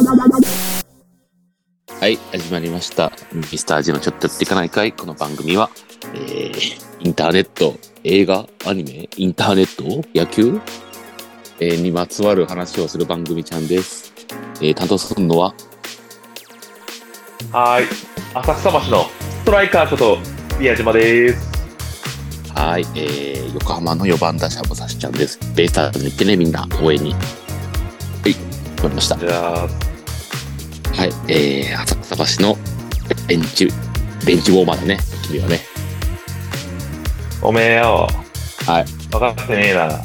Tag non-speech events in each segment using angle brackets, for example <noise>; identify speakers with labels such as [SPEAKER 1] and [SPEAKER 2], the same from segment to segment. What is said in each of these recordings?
[SPEAKER 1] はい、始まりました。ミスター味のちょっとやっていかないかい。この番組は、えー、インターネット、映画、アニメ、インターネット、野球、えーにまつわる話をする番組ちゃんです。えー担当するのは、
[SPEAKER 2] はーい。浅草橋のストライカーこと宮島です。
[SPEAKER 1] はい、えー、横浜の4番打者、武蔵ちゃんです。ベイスターズに行ってね、みんな、応援に。はい、終わりました。
[SPEAKER 2] じゃあ、
[SPEAKER 1] はい、えー、浅草橋のベンチ、ベンチウォーマーだね、君はね。
[SPEAKER 2] おめえよ。
[SPEAKER 1] はい。
[SPEAKER 2] 分かってねえな。こ
[SPEAKER 1] あ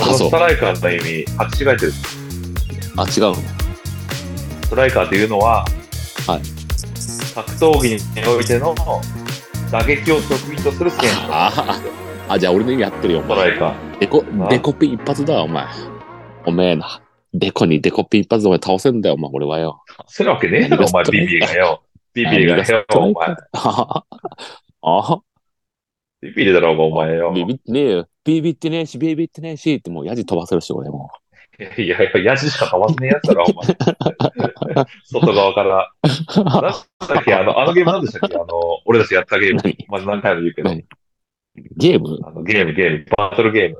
[SPEAKER 2] の
[SPEAKER 1] そう
[SPEAKER 2] ストライカーの意味、間違えてる。
[SPEAKER 1] あ、違うの
[SPEAKER 2] ストライカーというのは、
[SPEAKER 1] はい
[SPEAKER 2] 格闘技においての打撃を得意とする選手。
[SPEAKER 1] あ <laughs> あ、あ、じゃあ俺の意味合ってるよ、お
[SPEAKER 2] スト
[SPEAKER 1] 前
[SPEAKER 2] ラ。イカ
[SPEAKER 1] デコ
[SPEAKER 2] あ、あ
[SPEAKER 1] デコピン一発だ、お前。おめえな。デコにデコピン一発でお前倒せんだよ、お前、俺はよ。
[SPEAKER 2] ー。するわけねえだろ、お前、
[SPEAKER 1] 何がストライカー
[SPEAKER 2] BB がよ。BB がよ、お
[SPEAKER 1] 何
[SPEAKER 2] 前
[SPEAKER 1] が。 <laughs> ああ、
[SPEAKER 2] BB だろ、お前よ。
[SPEAKER 1] ビビってねえよ。ビビってねえし、ビビってねえし、ってもうヤジ飛ばせるし、俺も。
[SPEAKER 2] いやいや、ヤジしか飛ばせねえやつだろ、お前。
[SPEAKER 1] <laughs>
[SPEAKER 2] 外側から。なんだっけ、あの、あのゲームなんでしたっけあの、俺たちやったゲーム。
[SPEAKER 1] 何
[SPEAKER 2] まず何回も言うけど
[SPEAKER 1] 何、 <laughs> ゲーム
[SPEAKER 2] あのゲーム、ゲーム、バトルゲーム。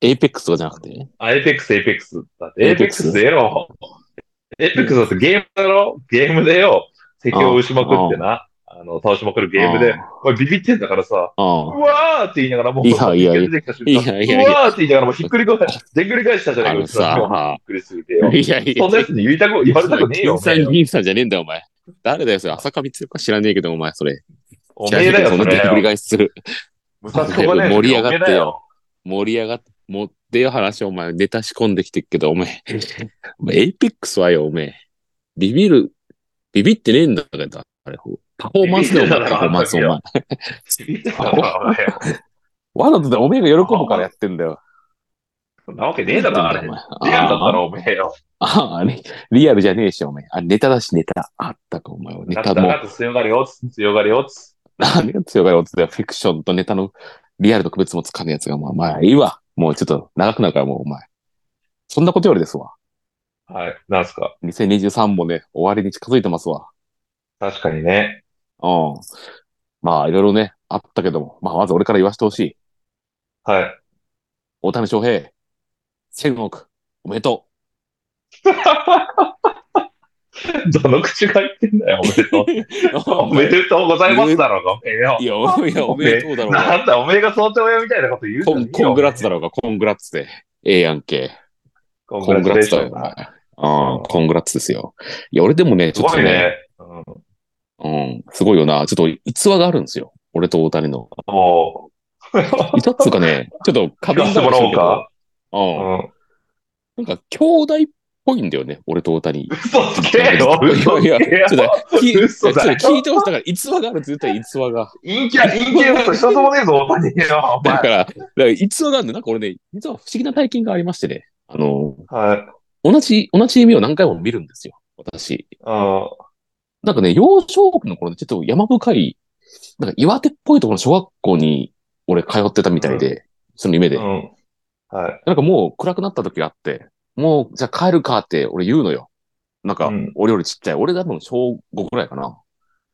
[SPEAKER 1] エイペックスとかじゃなくて
[SPEAKER 2] あ、エイペックス、エイペックス。だって、エイペック
[SPEAKER 1] Apex
[SPEAKER 2] スでよ。エイペックスだってゲームだろゲームでよ。敵を打ちまくってな。あの、倒しまくるゲームで。おい、ビビってんだからさ、う
[SPEAKER 1] あ
[SPEAKER 2] わーって言いながらもう、
[SPEAKER 1] いやいやいや
[SPEAKER 2] 出てきた瞬間
[SPEAKER 1] いやいやいや
[SPEAKER 2] うわーって言いながらもうひっくり返し、でんぐり返したじゃ
[SPEAKER 1] あ
[SPEAKER 2] ない
[SPEAKER 1] の
[SPEAKER 2] か、うちの人
[SPEAKER 1] さ
[SPEAKER 2] びっ、くりすぎて
[SPEAKER 1] <laughs>
[SPEAKER 2] よ。
[SPEAKER 1] いやいや。
[SPEAKER 2] そんなやつに言いたく、言われたくね
[SPEAKER 1] <laughs>
[SPEAKER 2] えよ。お
[SPEAKER 1] さ
[SPEAKER 2] 前よ
[SPEAKER 1] ん、銀さんじゃねえんだよ、お前。誰だよ、それ。浅香光代か知らねえけど、お前、それ。
[SPEAKER 2] おめえだよ、
[SPEAKER 1] そ
[SPEAKER 2] そ
[SPEAKER 1] の
[SPEAKER 2] れ
[SPEAKER 1] 繰り
[SPEAKER 2] よ。
[SPEAKER 1] 返しする。
[SPEAKER 2] ムカつくことねえ
[SPEAKER 1] 盛り上がってよ
[SPEAKER 2] おめえだよ。
[SPEAKER 1] 盛り上がって、持ってよ話、お前、ネタ仕込んできてるけど、お前、
[SPEAKER 2] <laughs>
[SPEAKER 1] お前エイペックスはよ、お前、ビビる、ビビってねえんだからだ、あれ、パフォーマンスだよ、お前
[SPEAKER 2] ビビってた
[SPEAKER 1] パ
[SPEAKER 2] だろ
[SPEAKER 1] フォーマンス、お前
[SPEAKER 2] あの時は。ビビってんだからお前よ
[SPEAKER 1] わざとだ、お前が喜ぶからやってんだよ。
[SPEAKER 2] そんなわけねえだろ、あれ。
[SPEAKER 1] お
[SPEAKER 2] リ
[SPEAKER 1] 前
[SPEAKER 2] アルだったろ、おめえよ。
[SPEAKER 1] ああ、ね、リアルじゃねえし、お前。あ、ネタだし、ネタ。あったか、お前。ネ
[SPEAKER 2] な
[SPEAKER 1] タ
[SPEAKER 2] んだ
[SPEAKER 1] も
[SPEAKER 2] か、と強がり落ち、強がり落ち。
[SPEAKER 1] 何が強がるやつだよ。フィクションとネタのリアルの区別もつかぬやつが、まあ、まあ、いいわ。もうちょっと長くなるから、もう、お前。そんなことよりですわ。
[SPEAKER 2] はい、なんすか。
[SPEAKER 1] 2023もね、終わりに近づいてますわ。
[SPEAKER 2] 確かにね。
[SPEAKER 1] うん。まあ、いろいろね、あったけども、まあ、まず俺から言わせてほしい。
[SPEAKER 2] はい。 <laughs>
[SPEAKER 1] 大谷翔平、1000億、おめでと
[SPEAKER 2] どの口が言ってんだよ、おめで
[SPEAKER 1] <laughs>
[SPEAKER 2] とう。
[SPEAKER 1] う。
[SPEAKER 2] おめでとうございますだろうが、おめえよ
[SPEAKER 1] い。や、おいや、おめでとうだろうが。
[SPEAKER 2] なんだ、おめえが相当親みたいなこと言うじゃ
[SPEAKER 1] コ
[SPEAKER 2] ねえ
[SPEAKER 1] ン
[SPEAKER 2] よ
[SPEAKER 1] コングラッツだろうが、コングラッツで。ええやんけ。
[SPEAKER 2] コ
[SPEAKER 1] コ
[SPEAKER 2] ン
[SPEAKER 1] ン
[SPEAKER 2] グ
[SPEAKER 1] グ
[SPEAKER 2] ラ
[SPEAKER 1] ラッ
[SPEAKER 2] ッツ
[SPEAKER 1] ツ
[SPEAKER 2] だ
[SPEAKER 1] だ
[SPEAKER 2] よ
[SPEAKER 1] よ。。うん、コングラッツですよ。いや、俺でもね、ち
[SPEAKER 2] す
[SPEAKER 1] ょっ
[SPEAKER 2] ご
[SPEAKER 1] と
[SPEAKER 2] い
[SPEAKER 1] ね、
[SPEAKER 2] ね。うん
[SPEAKER 1] うん、すごいよな。ちょっと逸話があるんですよ。俺と大谷の。
[SPEAKER 2] もう。
[SPEAKER 1] 逸話っつうかね、ちょっと
[SPEAKER 2] 聞
[SPEAKER 1] 確
[SPEAKER 2] か
[SPEAKER 1] 認
[SPEAKER 2] せてもらおうか。う
[SPEAKER 1] うん
[SPEAKER 2] ん。
[SPEAKER 1] なんか、兄弟っぽいんだよね、俺と大谷。
[SPEAKER 2] 嘘つけよ、嘘つ
[SPEAKER 1] いやい
[SPEAKER 2] け
[SPEAKER 1] や、
[SPEAKER 2] よ
[SPEAKER 1] ちょっ。と、きちょっ
[SPEAKER 2] 嘘
[SPEAKER 1] と
[SPEAKER 2] だよ
[SPEAKER 1] 聞いてほしい。だから、逸話があるって言ったら逸話が。
[SPEAKER 2] 陰キャ、陰キャの人一つもねえぞ、お前によ。お
[SPEAKER 1] だ
[SPEAKER 2] 前
[SPEAKER 1] から、だから逸話があるんで、なんか俺ね、実は不思議な体験がありましてね。あの、
[SPEAKER 2] はい。
[SPEAKER 1] 同じ、同じ夢を何回も見るんですよ、私。
[SPEAKER 2] うん。
[SPEAKER 1] なんかね、幼少期の頃でちょっと山深い、なんか岩手っぽいところの小学校に俺通ってたみたいで、その夢で。
[SPEAKER 2] うん。はい。
[SPEAKER 1] なんかもう暗くなった時があって、もう、じゃあ帰るかって俺言うのよ。なんか、
[SPEAKER 2] うん
[SPEAKER 1] 俺よりちっちゃい。俺多分小5くらいかな。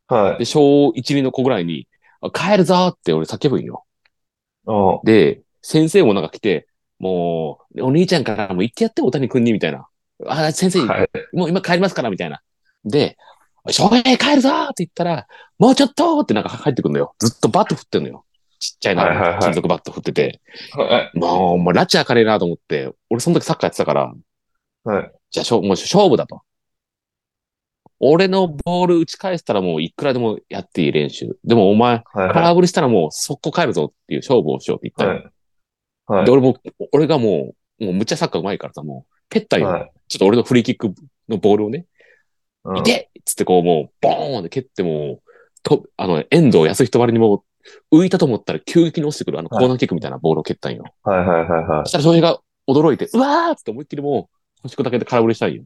[SPEAKER 2] はい。
[SPEAKER 1] で、小1、2の子ぐらいに、あ帰るぞーって俺叫ぶんよ。
[SPEAKER 2] うん。
[SPEAKER 1] で、先生もなんか来て、もう、お兄ちゃんからもう行ってやって、大谷君に、みたいな。あ、先生、
[SPEAKER 2] はい。
[SPEAKER 1] もう今帰りますから、みたいな。で、翔平帰るぞーって言ったら、もうちょっとーってなんか入ってくるのよ。ずっとバット振ってんのよ。ちっちゃい
[SPEAKER 2] はいはいは
[SPEAKER 1] な、
[SPEAKER 2] い
[SPEAKER 1] 金属バット振ってて。
[SPEAKER 2] はい。
[SPEAKER 1] もう、もうラチ開かれるなと思って、俺その時サッカーやってたから、
[SPEAKER 2] はい。
[SPEAKER 1] じゃあしょう、もう勝負だと。俺のボール打ち返したらもういくらでもやっていい練習。でもお前、
[SPEAKER 2] は
[SPEAKER 1] 空振りしたらもう速攻帰るぞっていう勝負をしようって言った
[SPEAKER 2] い。
[SPEAKER 1] の
[SPEAKER 2] はい。はい
[SPEAKER 1] で、。俺も、俺がもう、もうむっちゃサッカーうまいからさ、もう、ぺったり、
[SPEAKER 2] はい。
[SPEAKER 1] ちょっと俺のフリーキックのボールをね、
[SPEAKER 2] うん
[SPEAKER 1] いけっつってこう、もう、ボーンって蹴ってもう、と、あの、遠藤康人割にも、浮いたと思ったら急激に落ちてくる、あの、コ
[SPEAKER 2] はい
[SPEAKER 1] ーナーキックみたいなボールを蹴ったんよ。
[SPEAKER 2] はいはいはいはい
[SPEAKER 1] そしたら翔平が驚いて、うわーっつって思いっきりもう、腰くだけで空振りしたんよ。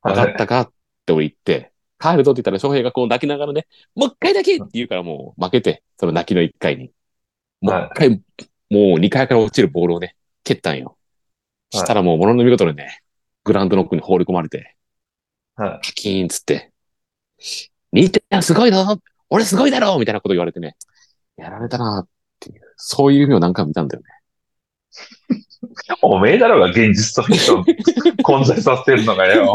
[SPEAKER 2] は
[SPEAKER 1] わ
[SPEAKER 2] い。
[SPEAKER 1] かったかって俺言って、帰るぞって言ったら翔平がこう泣きながらね、もう一回だけって言うからもう負けて、その泣きの一回に。もう一回、もう2階から落ちるボールをね、蹴ったんよ。
[SPEAKER 2] はい
[SPEAKER 1] したらもうものの見事でね、グラウンドの奥に放り込まれて、
[SPEAKER 2] は
[SPEAKER 1] パキーンっつって、ニーテンすごいの俺すごいだろみたいなこと言われてね、やられたなっていう、そういう夢を何回も見たんだよね。
[SPEAKER 2] おめえだろうが現実と
[SPEAKER 1] <laughs>
[SPEAKER 2] 人を混在させてるのがよ。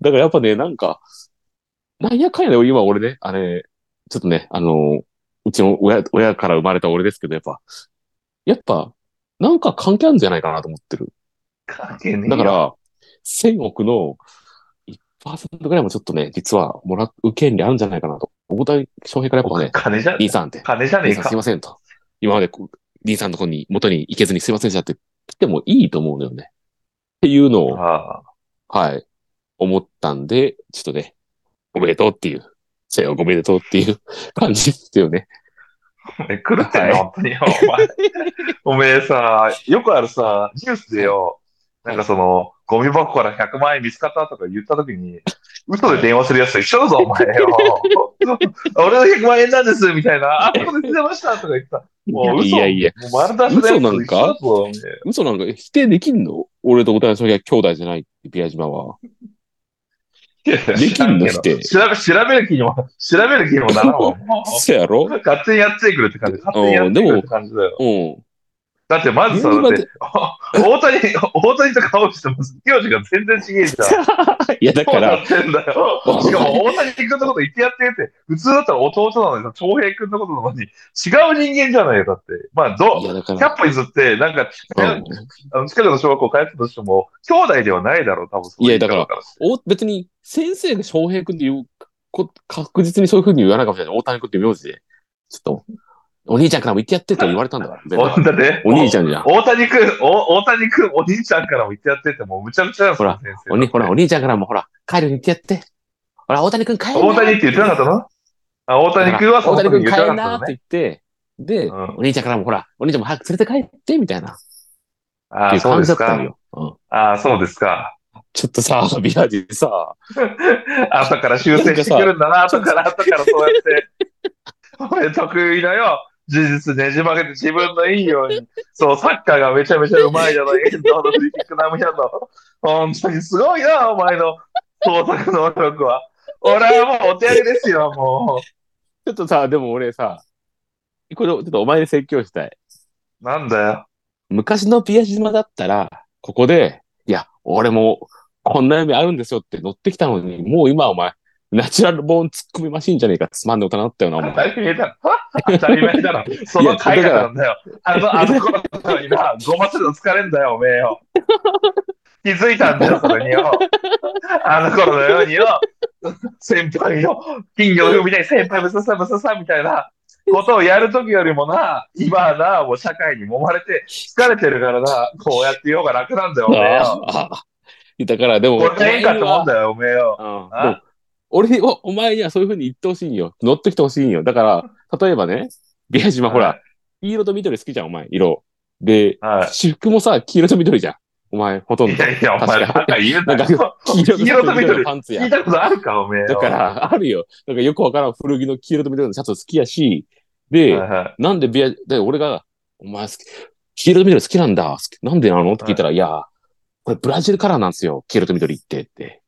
[SPEAKER 1] だからやっぱね、なんか、なんやかんやで今俺ね、あれ、ちょっとね、あの、うちの親親から生まれた俺ですけど、やっぱ、やっぱ、なんか関係あるんじゃないかなと思ってる。
[SPEAKER 2] 関係ねえ
[SPEAKER 1] だ
[SPEAKER 2] よ
[SPEAKER 1] か、ら、1000億の1%ぐらいもちょっとね、実はもらう権利あるんじゃないかなと。大谷翔平からやっぱね、
[SPEAKER 2] 金じゃ、
[SPEAKER 1] D さんって、
[SPEAKER 2] 金じゃね
[SPEAKER 1] D
[SPEAKER 2] え
[SPEAKER 1] さんすい
[SPEAKER 2] か。
[SPEAKER 1] ませんと。今までこう D さんのとこに、元に行けずにすいませんでしたって来てもいいと思うのよね。っていうのを、
[SPEAKER 2] ああ
[SPEAKER 1] はい、思ったんで、ちょっとね、おめでとうっていう、1000億おめでとうっていう <laughs> 感じですよね。
[SPEAKER 2] お前狂ってん
[SPEAKER 1] はい
[SPEAKER 2] の、本当によ。お前、おめえさ、よくあるさ、ニュースでよ、なんかその、ゴミ箱から100万円見つかったとか言ったときに、嘘で電話するやつと一緒だぞ、お前よ。
[SPEAKER 1] <laughs>
[SPEAKER 2] 俺の100万円なんです、みたいな。あ、これ出てましたとか言った。もう嘘。
[SPEAKER 1] いやいや、
[SPEAKER 2] もう丸出しのやつと一緒だぞお前
[SPEAKER 1] 嘘なんか否定できんの俺と大谷翔平は兄弟じゃないって、ビア島は。
[SPEAKER 2] <laughs>
[SPEAKER 1] できんのして
[SPEAKER 2] 調べ調べる気にも、調べる気にもならんわ。
[SPEAKER 1] <laughs>
[SPEAKER 2] もう
[SPEAKER 1] そうやろ
[SPEAKER 2] 勝手にやってくるって感じ。勝手にやってくるって感じだよ。
[SPEAKER 1] うん。
[SPEAKER 2] だってまずさ、
[SPEAKER 1] ユニ
[SPEAKER 2] だ
[SPEAKER 1] バ
[SPEAKER 2] っ
[SPEAKER 1] で
[SPEAKER 2] て、 <laughs> お大谷、大谷と顔してます。名字が全然違えじゃん。
[SPEAKER 1] いや、だか
[SPEAKER 2] そう
[SPEAKER 1] ら
[SPEAKER 2] な、ってんだよ。しかも大谷君のこと言ってやってって、普通だったら弟なのにさ、翔平君のことなのに、違う人間じゃないよ、だって。まあ、
[SPEAKER 1] い
[SPEAKER 2] ど
[SPEAKER 1] や、だか
[SPEAKER 2] う、
[SPEAKER 1] ら、
[SPEAKER 2] 100歩譲って、なんか、
[SPEAKER 1] うん
[SPEAKER 2] あの近くの小学校帰ったとしても、兄弟ではないだろう、多分その
[SPEAKER 1] いやだから
[SPEAKER 2] <laughs> ら
[SPEAKER 1] お別に、先生が翔平君っていうこ、確実にそういうふうに言わないかもしれない。大谷君っていう名字で、ちょっと、お兄ちゃんからも言ってやってと言われたんだから。
[SPEAKER 2] おだって
[SPEAKER 1] お兄ちゃんじゃん。
[SPEAKER 2] 大谷君、お大谷君、お兄ちゃんからも言ってやってって、もうむちゃむちゃだよ、
[SPEAKER 1] ほら
[SPEAKER 2] その先生
[SPEAKER 1] おに、ほら、お兄ちゃんからもほら、帰るに言ってやって。ほら、大谷君帰る
[SPEAKER 2] 大谷って言ってなかったのあ、大谷君はそ
[SPEAKER 1] 大
[SPEAKER 2] の時
[SPEAKER 1] 谷君
[SPEAKER 2] に言
[SPEAKER 1] 帰
[SPEAKER 2] ってな
[SPEAKER 1] る
[SPEAKER 2] かった
[SPEAKER 1] な
[SPEAKER 2] の
[SPEAKER 1] って
[SPEAKER 2] ね。
[SPEAKER 1] 言って、で、
[SPEAKER 2] うん
[SPEAKER 1] お兄ちゃんからもほら、お兄ちゃんも早く連れて帰って、みたいな、って
[SPEAKER 2] あ
[SPEAKER 1] い
[SPEAKER 2] ー、
[SPEAKER 1] う
[SPEAKER 2] そう
[SPEAKER 1] 感
[SPEAKER 2] で
[SPEAKER 1] じだ
[SPEAKER 2] す
[SPEAKER 1] ったの
[SPEAKER 2] か。
[SPEAKER 1] よ。うん
[SPEAKER 2] あー、そうですか。
[SPEAKER 1] ちょっとさ、 <laughs> ビアジさ、
[SPEAKER 2] 後から修正してくるんだな、後から後からそうやって。俺得意だよ。事実ねじ曲げて自分のいいように。そう、サッカーがめちゃめちゃうまいじゃない。遠藤のフリーキック並みなの。本当にすごいな、お前の創作能力は。俺はもうお手上げですよ、も
[SPEAKER 1] ちょっとさ、でも俺さ、これ、ちょっとお前に説教したい。
[SPEAKER 2] う。なんだよ。
[SPEAKER 1] 昔のピア島だったら、ここで、いや、俺もこんな夢あるんですよって乗ってきたのに、もう今お前、ナチュラルボーン突っ込みマシンじゃねえか、つまんで大人だったよな、お
[SPEAKER 2] 当
[SPEAKER 1] 前。
[SPEAKER 2] たり前だろ。当たり前だろ。その絵画なんだよ。あの、あの頃のにな、ごまするの疲れんだよ、おめえよ。気づいたんだよ、それによ。あの頃のようによ。先輩よ。金魚の風みたいに先輩ぶささぶささみたいなことをやるときよりもな、今はな、もう社会に揉まれて疲れてるからな、こうやってようが楽なんだよ、おめえよ。
[SPEAKER 1] <laughs> ああだから、でも、
[SPEAKER 2] これでええんかってもんだよ、おめえよ。
[SPEAKER 1] うん
[SPEAKER 2] あ
[SPEAKER 1] でも俺を、お前にはそういうふうに言ってほしいんよ。乗ってきてほしいんよ。だ
[SPEAKER 2] <laughs>
[SPEAKER 1] から、例えばね、ビア島ほ
[SPEAKER 2] は
[SPEAKER 1] ら、黄色と緑好きじゃん、お前、色。で、
[SPEAKER 2] は
[SPEAKER 1] 私服もさ、黄色と緑じゃん。お前、ほと
[SPEAKER 2] い。
[SPEAKER 1] ん
[SPEAKER 2] い <laughs>
[SPEAKER 1] ど。
[SPEAKER 2] やいや、お前、なんか言うな
[SPEAKER 1] なんか
[SPEAKER 2] よ。黄色と緑
[SPEAKER 1] のパンツや
[SPEAKER 2] 聞い。たことあるか、おめえよ。
[SPEAKER 1] だから、あるよ。なんかよくわからん古着の黄色と緑のシャツ好きやし、で、
[SPEAKER 2] はいはい
[SPEAKER 1] なんでビア、で、俺が、お前好き、黄色と緑好きなんだ。好きなんでなのって聞いたら、い、や、これブラジルカラーなんですよ。黄色と緑って、って。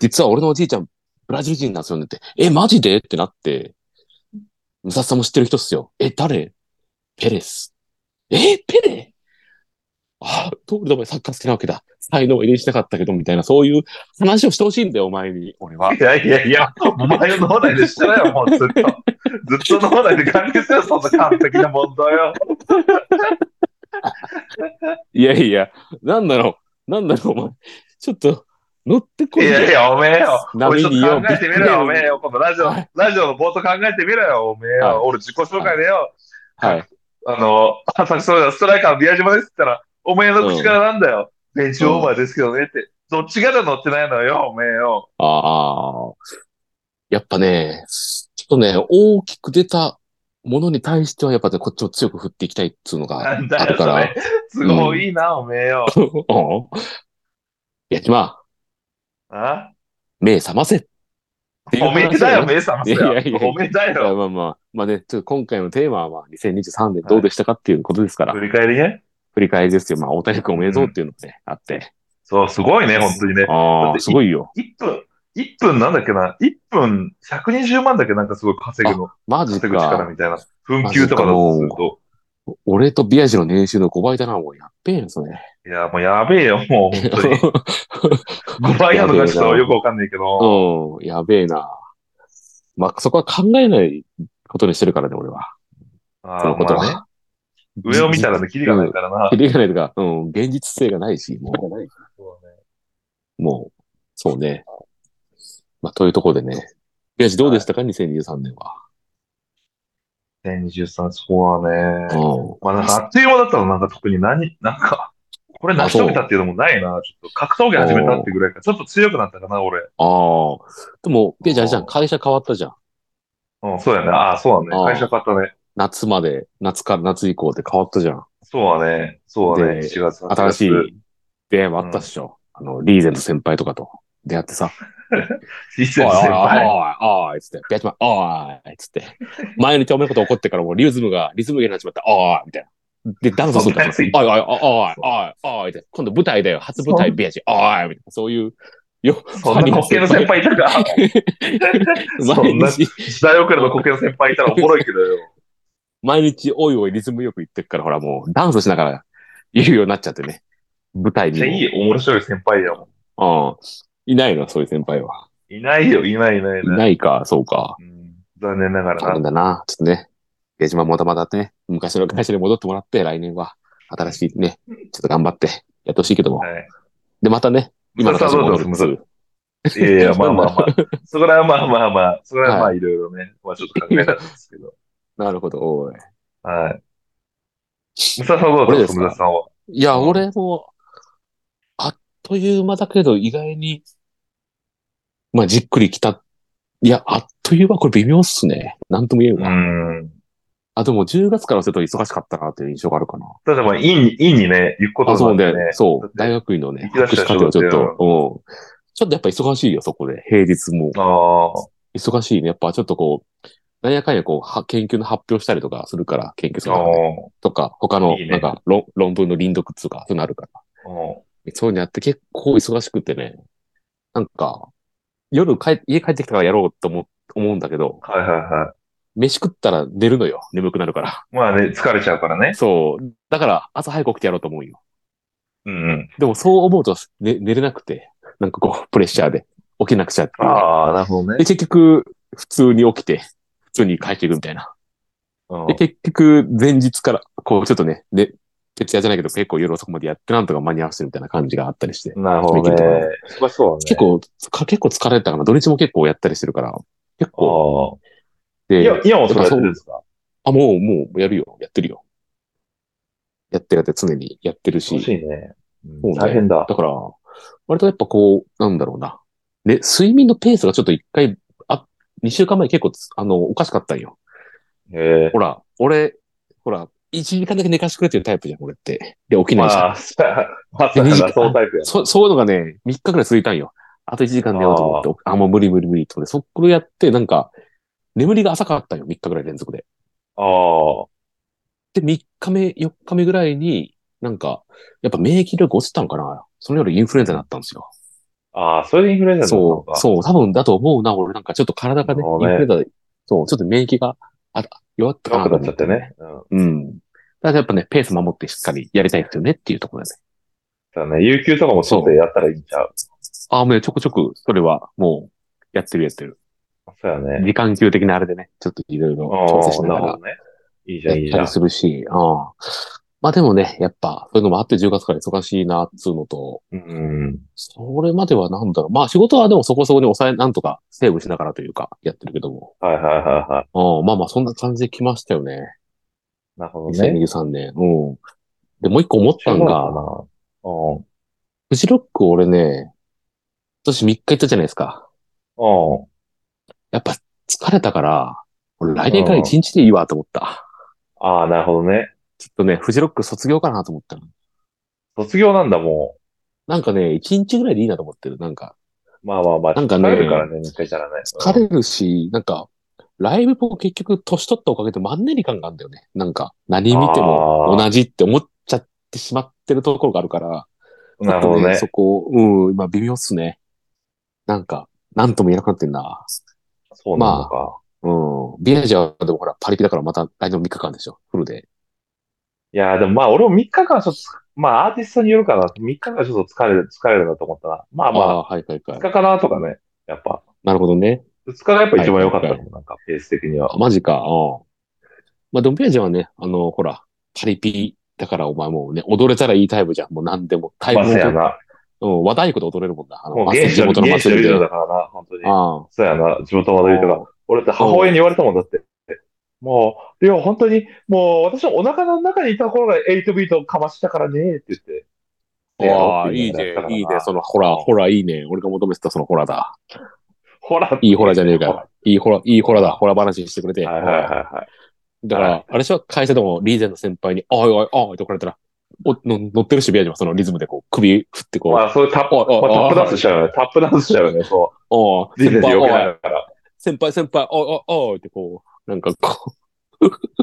[SPEAKER 1] 実は俺のおじいちゃん、ブラジル人なんですよねって。え、マジでってなって、ムサさんも知ってる人っすよ。え、誰ペレス。え、ペレああ、通りでお前サッカー好きなわけだ。才能を入れにしなかったけど、みたいな、そういう話をしてほしいんだよ、お前に、俺は。
[SPEAKER 2] いやいやいや、お前の脳内でしてないよ、もうずっ
[SPEAKER 1] <laughs>
[SPEAKER 2] と。ずっと脳内で関係せよ、そんな完璧な問題よ。
[SPEAKER 1] いやいや、なんだろう、なんだろう、お前。ちょっと、乗ってこ
[SPEAKER 2] い
[SPEAKER 1] いよ。
[SPEAKER 2] やいや、おめえよ。
[SPEAKER 1] 波
[SPEAKER 2] 俺ちょっ
[SPEAKER 1] によ
[SPEAKER 2] と考えてみろよ、おめえよ。このラジオ
[SPEAKER 1] はい、
[SPEAKER 2] ラジオの冒頭考えてみろよ、おめえ
[SPEAKER 1] はい
[SPEAKER 2] よ。俺自己紹介でよ。
[SPEAKER 1] はい。
[SPEAKER 2] あの、私そうだ、ストライカーの宮島ですって言ったら、おめえの口からなんだよ。ベンチオーバーですけどねって。どっちがだ乗ってないのよ、おめえよ。
[SPEAKER 1] ああ。やっぱね、ちょっとね、大きく出たものに対しては、やっぱね、こっちを強く振っていきたいっていうのがあ
[SPEAKER 2] なんだ
[SPEAKER 1] る
[SPEAKER 2] よ、
[SPEAKER 1] か
[SPEAKER 2] そ
[SPEAKER 1] ら。
[SPEAKER 2] れ。都合いいな、おめえよ。
[SPEAKER 1] うん。いや、まあ、
[SPEAKER 2] あ
[SPEAKER 1] 目覚ませ。ていう
[SPEAKER 2] お
[SPEAKER 1] 話
[SPEAKER 2] めえだよ、目覚ませよ
[SPEAKER 1] いやいやいや
[SPEAKER 2] おめえだ
[SPEAKER 1] いや
[SPEAKER 2] よ。
[SPEAKER 1] まあまあ、まあね、ちょっと今回のテーマはまあ2023年どうでしたかっていうことですから、
[SPEAKER 2] 振り返りね。
[SPEAKER 1] 振り返りですよ。まあ、大谷君おめでとうっていうのがね、あって。
[SPEAKER 2] そう、すごいね、本当にね。だ
[SPEAKER 1] あ
[SPEAKER 2] っ
[SPEAKER 1] あ、
[SPEAKER 2] て
[SPEAKER 1] すごいよ。
[SPEAKER 2] 1分、一分なんだっけな、1分120万だっけなんかすごい稼ぐの、
[SPEAKER 1] マジ
[SPEAKER 2] 稼ぐ力
[SPEAKER 1] か。
[SPEAKER 2] みたいな。紛糾とかだとすると。
[SPEAKER 1] 俺とビアジの年収の5倍だな、もう。やっべえよ、それ。
[SPEAKER 2] いや、もうやべえよ、もう本
[SPEAKER 1] <laughs>
[SPEAKER 2] 当に。5倍なのかちょっとよくわかんないけど。
[SPEAKER 1] うん、やべえな。まあ、そこは考えないことにしてるからね、俺は。
[SPEAKER 2] あ
[SPEAKER 1] その
[SPEAKER 2] ー
[SPEAKER 1] こと
[SPEAKER 2] まあ
[SPEAKER 1] は。
[SPEAKER 2] ね。上を見たらね、キリがないからな。
[SPEAKER 1] 切りがないとか、うん、現実性がないし、も
[SPEAKER 2] そうね
[SPEAKER 1] う、もう、そうね。まあ、というところでね。ビアジどうでしたか、2023年は。
[SPEAKER 2] 2023、そこはね。
[SPEAKER 1] うん。
[SPEAKER 2] まあなんかあっという間だったの、なんか特に何、なんか、これ成し遂げたっていうのもないな。ちょっと格闘技始めたってぐらいか。ちょっと強くなったかな、俺。
[SPEAKER 1] ああ。でも、ビアジあれじゃん、会社変わったじゃん。
[SPEAKER 2] うん、そうやね。ああ、そうだ
[SPEAKER 1] あ
[SPEAKER 2] ね。
[SPEAKER 1] ー
[SPEAKER 2] 会社買ったね。
[SPEAKER 1] 夏まで、夏から夏以降って変わったじゃん。
[SPEAKER 2] そうだね。そうだ
[SPEAKER 1] で
[SPEAKER 2] ね。7月、8月。
[SPEAKER 1] 新しい出会いもあったっしょ。あの、リーゼント先輩とかと出会ってさ、お
[SPEAKER 2] リ
[SPEAKER 1] い
[SPEAKER 2] セ
[SPEAKER 1] おい
[SPEAKER 2] ン
[SPEAKER 1] おい
[SPEAKER 2] 先輩。
[SPEAKER 1] おいおいつって、ビアチマン、おいつって、前にお前のこと怒ってからもうリズムが、リズムゲーになっちまった、おいみたいな。で、ダンスするから、
[SPEAKER 2] そん
[SPEAKER 1] おいおいおいおいおいって、今度舞台だよ、初舞台ビアチ、おいみたいな、そういう、よ、
[SPEAKER 2] そんな滑稽の先輩いたか。そ
[SPEAKER 1] 毎
[SPEAKER 2] んな
[SPEAKER 1] 日、
[SPEAKER 2] 時代遅れの滑稽の先輩いたらおもろいけどよ。
[SPEAKER 1] 毎日、おいおいリズムよく言ってっから、ほらもう、ダンスしながら言うようになっちゃってね、舞台に
[SPEAKER 2] い
[SPEAKER 1] も。
[SPEAKER 2] やいいよ、面白い先輩やも
[SPEAKER 1] うん。いないの、そういう先輩は。
[SPEAKER 2] ん。いないよ、いないいないい
[SPEAKER 1] い
[SPEAKER 2] ない。
[SPEAKER 1] ないか、そうか。
[SPEAKER 2] うん残念なが
[SPEAKER 1] 大
[SPEAKER 2] ら
[SPEAKER 1] 変
[SPEAKER 2] な。
[SPEAKER 1] だな。ちょっとね、江島もたまたね、昔の会社に戻ってもらって、来年は、新しいね、ちょっと頑張って、やってほしいけども。
[SPEAKER 2] はい。
[SPEAKER 1] で、またね、今の
[SPEAKER 2] さ
[SPEAKER 1] 会
[SPEAKER 2] あ
[SPEAKER 1] 社に
[SPEAKER 2] どう
[SPEAKER 1] 戻
[SPEAKER 2] です
[SPEAKER 1] る
[SPEAKER 2] む
[SPEAKER 1] す
[SPEAKER 2] さ
[SPEAKER 1] ぐ。
[SPEAKER 2] いやいや、まあまあま <laughs> あ。そこらはまあまあまあ、そこらはまあいろいろね、まあちょっと考えたんですけど。
[SPEAKER 1] なるほど、おい。
[SPEAKER 2] はい。武田さんどう
[SPEAKER 1] 俺
[SPEAKER 2] で
[SPEAKER 1] ですす
[SPEAKER 2] か
[SPEAKER 1] か
[SPEAKER 2] 武田さんは。
[SPEAKER 1] いや、俺も、あっという間だけど、意外に、まあ、じっくり来た。いや、あっという間、これ微妙っすね。なんとも言えん
[SPEAKER 2] う
[SPEAKER 1] わ。
[SPEAKER 2] ん。
[SPEAKER 1] あ、でも10月からすると忙しかったかなという印象があるかな。
[SPEAKER 2] ただまあ、院に、院にね、行くこと
[SPEAKER 1] あ、そう
[SPEAKER 2] にな
[SPEAKER 1] ね
[SPEAKER 2] ってね。。
[SPEAKER 1] そう。
[SPEAKER 2] だっ
[SPEAKER 1] 大
[SPEAKER 2] て
[SPEAKER 1] 学院のね、
[SPEAKER 2] 行
[SPEAKER 1] 博
[SPEAKER 2] き出し
[SPEAKER 1] 士
[SPEAKER 2] た
[SPEAKER 1] 課程はちょっと、
[SPEAKER 2] 人
[SPEAKER 1] うん。
[SPEAKER 2] だ
[SPEAKER 1] ちょっとやっぱ忙しいよ、そこで。平日も。
[SPEAKER 2] ああ。
[SPEAKER 1] 忙しいね。やっぱちょっとこう、なんやかんやこう、は研究の発表したりとかするから、研究するからね、
[SPEAKER 2] あ
[SPEAKER 1] とか、他の、
[SPEAKER 2] いいね
[SPEAKER 1] なんか論、論文の臨読とか、そういうのあるから。
[SPEAKER 2] あ。
[SPEAKER 1] そういうのやって結構忙しくてね。なんか、夜帰、家帰ってきたからやろうと思、思うんだけど、
[SPEAKER 2] はいはいは
[SPEAKER 1] 飯食ったら寝るのよ。眠くなるから。
[SPEAKER 2] い。まあね、疲れちゃうから <laughs> ね。
[SPEAKER 1] そう。だから、朝早く起きてやろうと思うよ。
[SPEAKER 2] うんうん。
[SPEAKER 1] でも、そう思うと、ね、寝れなくて、なんかこう、プレッシャーで、起きなくちゃっていう
[SPEAKER 2] ああ、なるほど
[SPEAKER 1] で、
[SPEAKER 2] ね。
[SPEAKER 1] 結局、普通に起きて、普通に帰っていくみたいな。
[SPEAKER 2] うん
[SPEAKER 1] で、結局、前日から、こう、ちょっとね、ね、徹夜じゃないけど、結構夜遅くまでやって、なんとか間に合わせてみたいな感じがあったりして。
[SPEAKER 2] なるほど
[SPEAKER 1] でき
[SPEAKER 2] ね
[SPEAKER 1] るとこ。
[SPEAKER 2] まあそうだね。
[SPEAKER 1] 結構、か結構疲れてたかな。土日も結構やったりしてるから。結構、
[SPEAKER 2] 構。ああ。い
[SPEAKER 1] で
[SPEAKER 2] や、、今もそれやってるんですか
[SPEAKER 1] あ、もう、もう、やるよ。やってるよ。やってるやってる常にやってるし。
[SPEAKER 2] 楽しいね。
[SPEAKER 1] そううんね
[SPEAKER 2] 大変だ。
[SPEAKER 1] だから、割とやっぱこう、なんだろうな。ね、睡眠のペースがちょっと一回、あ、二週間前結構つ、あの、おかしかったんよ。
[SPEAKER 2] へえ。
[SPEAKER 1] ほら、俺、ほら、一時間だけ寝かしてくれっていうタイプじゃん、俺って。で、起きないじゃん。 <laughs>
[SPEAKER 2] まあ、まさかな、そうタイプや。
[SPEAKER 1] そそういうのがね、3日くらい続いたんよ。あと1時間寝ようと思って、あもう無理無理無理と思って、そっからやって、なんか、眠りが浅かったんよ、3日くらい連続で。
[SPEAKER 2] あ
[SPEAKER 1] で、3日目、4日目ぐらいに、なんか、やっぱ免疫力落ちたんかな。その夜インフルエンザになったんですよ。
[SPEAKER 2] あ。ああ、それでインフルエンザにな
[SPEAKER 1] そ
[SPEAKER 2] ったの
[SPEAKER 1] う、
[SPEAKER 2] か。
[SPEAKER 1] そう、多分だと思うな、俺。なんかちょっと体がね、
[SPEAKER 2] そう
[SPEAKER 1] イン
[SPEAKER 2] ね
[SPEAKER 1] フルエンザで、そう、ちょっと免疫が、あ、弱ったかな
[SPEAKER 2] 弱くなっちゃってね。うん。
[SPEAKER 1] うん。だからやっぱね、ペース守ってしっかりやりたいですよねっていうところですね。
[SPEAKER 2] だね、有給とかもそうでやったらいいんちゃう。
[SPEAKER 1] ああ、もうねちょくちょく、それはもう、やってるやってる。
[SPEAKER 2] そうやね。
[SPEAKER 1] 時間給的なあれでね、ちょっといろいろ
[SPEAKER 2] ああ、
[SPEAKER 1] 調整しな
[SPEAKER 2] な
[SPEAKER 1] が
[SPEAKER 2] るほ
[SPEAKER 1] ら
[SPEAKER 2] どね。いいじゃん、い
[SPEAKER 1] や
[SPEAKER 2] い
[SPEAKER 1] っ
[SPEAKER 2] じ
[SPEAKER 1] た
[SPEAKER 2] ゃん
[SPEAKER 1] り。するし、ああまあでもね、やっぱ、そういうのもあって10月から忙しいな、っつうのと、
[SPEAKER 2] うん。
[SPEAKER 1] それまではなんだろう。まあ仕事はでもそこそこに抑え、なんとかセーブしながらというか、やってるけども。
[SPEAKER 2] はいはいはいはい。
[SPEAKER 1] ああまあまあそんな感じで来ましたよね。
[SPEAKER 2] なるほどね。
[SPEAKER 1] 2023年。うん。で、もう一個思ったの
[SPEAKER 2] な
[SPEAKER 1] が、
[SPEAKER 2] のか
[SPEAKER 1] フジロック俺ね、今年3日行ったじゃないですか。
[SPEAKER 2] な。うん。うん。
[SPEAKER 1] やっぱ疲れたから、俺来年から1日でいいわと思った。
[SPEAKER 2] ああ、なるほどね。
[SPEAKER 1] ちょっとね、フジロック卒業かなと思ったの。
[SPEAKER 2] 卒業なんだ、も
[SPEAKER 1] なんかね、一日ぐらいでいいなと思ってる。なんか、
[SPEAKER 2] まあまあまあ、
[SPEAKER 1] なんか
[SPEAKER 2] 疲
[SPEAKER 1] ね
[SPEAKER 2] れるからね、一回したらね。
[SPEAKER 1] 疲れるし、なんか、ライブも結局、年取ったおかげでマンネリ感があるんだよね。なんか、何見ても
[SPEAKER 2] あー
[SPEAKER 1] 同じって思っちゃってしまってるところがあるから、
[SPEAKER 2] うんなるほどね
[SPEAKER 1] そ。こ、うん、今微妙っすね。なんか、なんとも言えなくなってんな。
[SPEAKER 2] そうなのか。
[SPEAKER 1] うん。ビアジャーでもほら、パリピだからまた来年3日間でしょ。フルで。
[SPEAKER 2] いやー、でもまあ、俺も3日間ちょっと、まあ、アーティストによるかな。3日間ちょっと疲れる、疲れるなと思ったな。まあまあ、
[SPEAKER 1] あー、はいはいは
[SPEAKER 2] 2
[SPEAKER 1] い。
[SPEAKER 2] 日かなとかね。やっぱ、
[SPEAKER 1] なるほどね。
[SPEAKER 2] 2日がやっぱ一番良かった
[SPEAKER 1] は
[SPEAKER 2] もん、なんか、ペース的には。
[SPEAKER 1] あマジか。うん。まあ、でもビアジャーはね、あの、ほら、パリピだからお前もうね、踊れたらいいタイプじゃん。もう何でも。タイプ
[SPEAKER 2] まあ、
[SPEAKER 1] も
[SPEAKER 2] そうやな。
[SPEAKER 1] うん、和太鼓で踊れるもんな。あ
[SPEAKER 2] もう、
[SPEAKER 1] 祭り
[SPEAKER 2] 現地
[SPEAKER 1] 地
[SPEAKER 2] の、
[SPEAKER 1] 元の
[SPEAKER 2] 現地の
[SPEAKER 1] 祭りで。
[SPEAKER 2] ビデオ
[SPEAKER 1] あ
[SPEAKER 2] だからな、本当に。
[SPEAKER 1] あ。
[SPEAKER 2] そうやな、地元の踊りとか。俺って母親に言われたもんだって。もう、いや、本当に、もう、私のお腹の中にいた頃が8ビートをかましたからね、って言って。
[SPEAKER 1] ああ、
[SPEAKER 2] で
[SPEAKER 1] いいね
[SPEAKER 2] やろうっ、て
[SPEAKER 1] いいね、そのホ
[SPEAKER 2] う
[SPEAKER 1] ラー、
[SPEAKER 2] ん
[SPEAKER 1] ホラーいいね。俺が求めてたそのホラーだ。
[SPEAKER 2] ほら。
[SPEAKER 1] いいホラーじゃねえかよ。いいホラー、いいホラーだ。ホラー話してくれて。
[SPEAKER 2] はいはいはいはい。
[SPEAKER 1] だから、あれでしょ会社でもリーゼント先輩に、おいおいおいって怒られたら、おの乗ってるし、ビアジもそのリズムでこう、首振ってこう、
[SPEAKER 2] まあ、そういうタップ、
[SPEAKER 1] おいおい
[SPEAKER 2] まあタップダンス
[SPEAKER 1] おい
[SPEAKER 2] しちゃうよね。タップダンスしちゃうよね。そ
[SPEAKER 1] お
[SPEAKER 2] う。人生で避けな
[SPEAKER 1] おい
[SPEAKER 2] がら。
[SPEAKER 1] 先輩、先輩、おいおいおいってこう、なんかこう、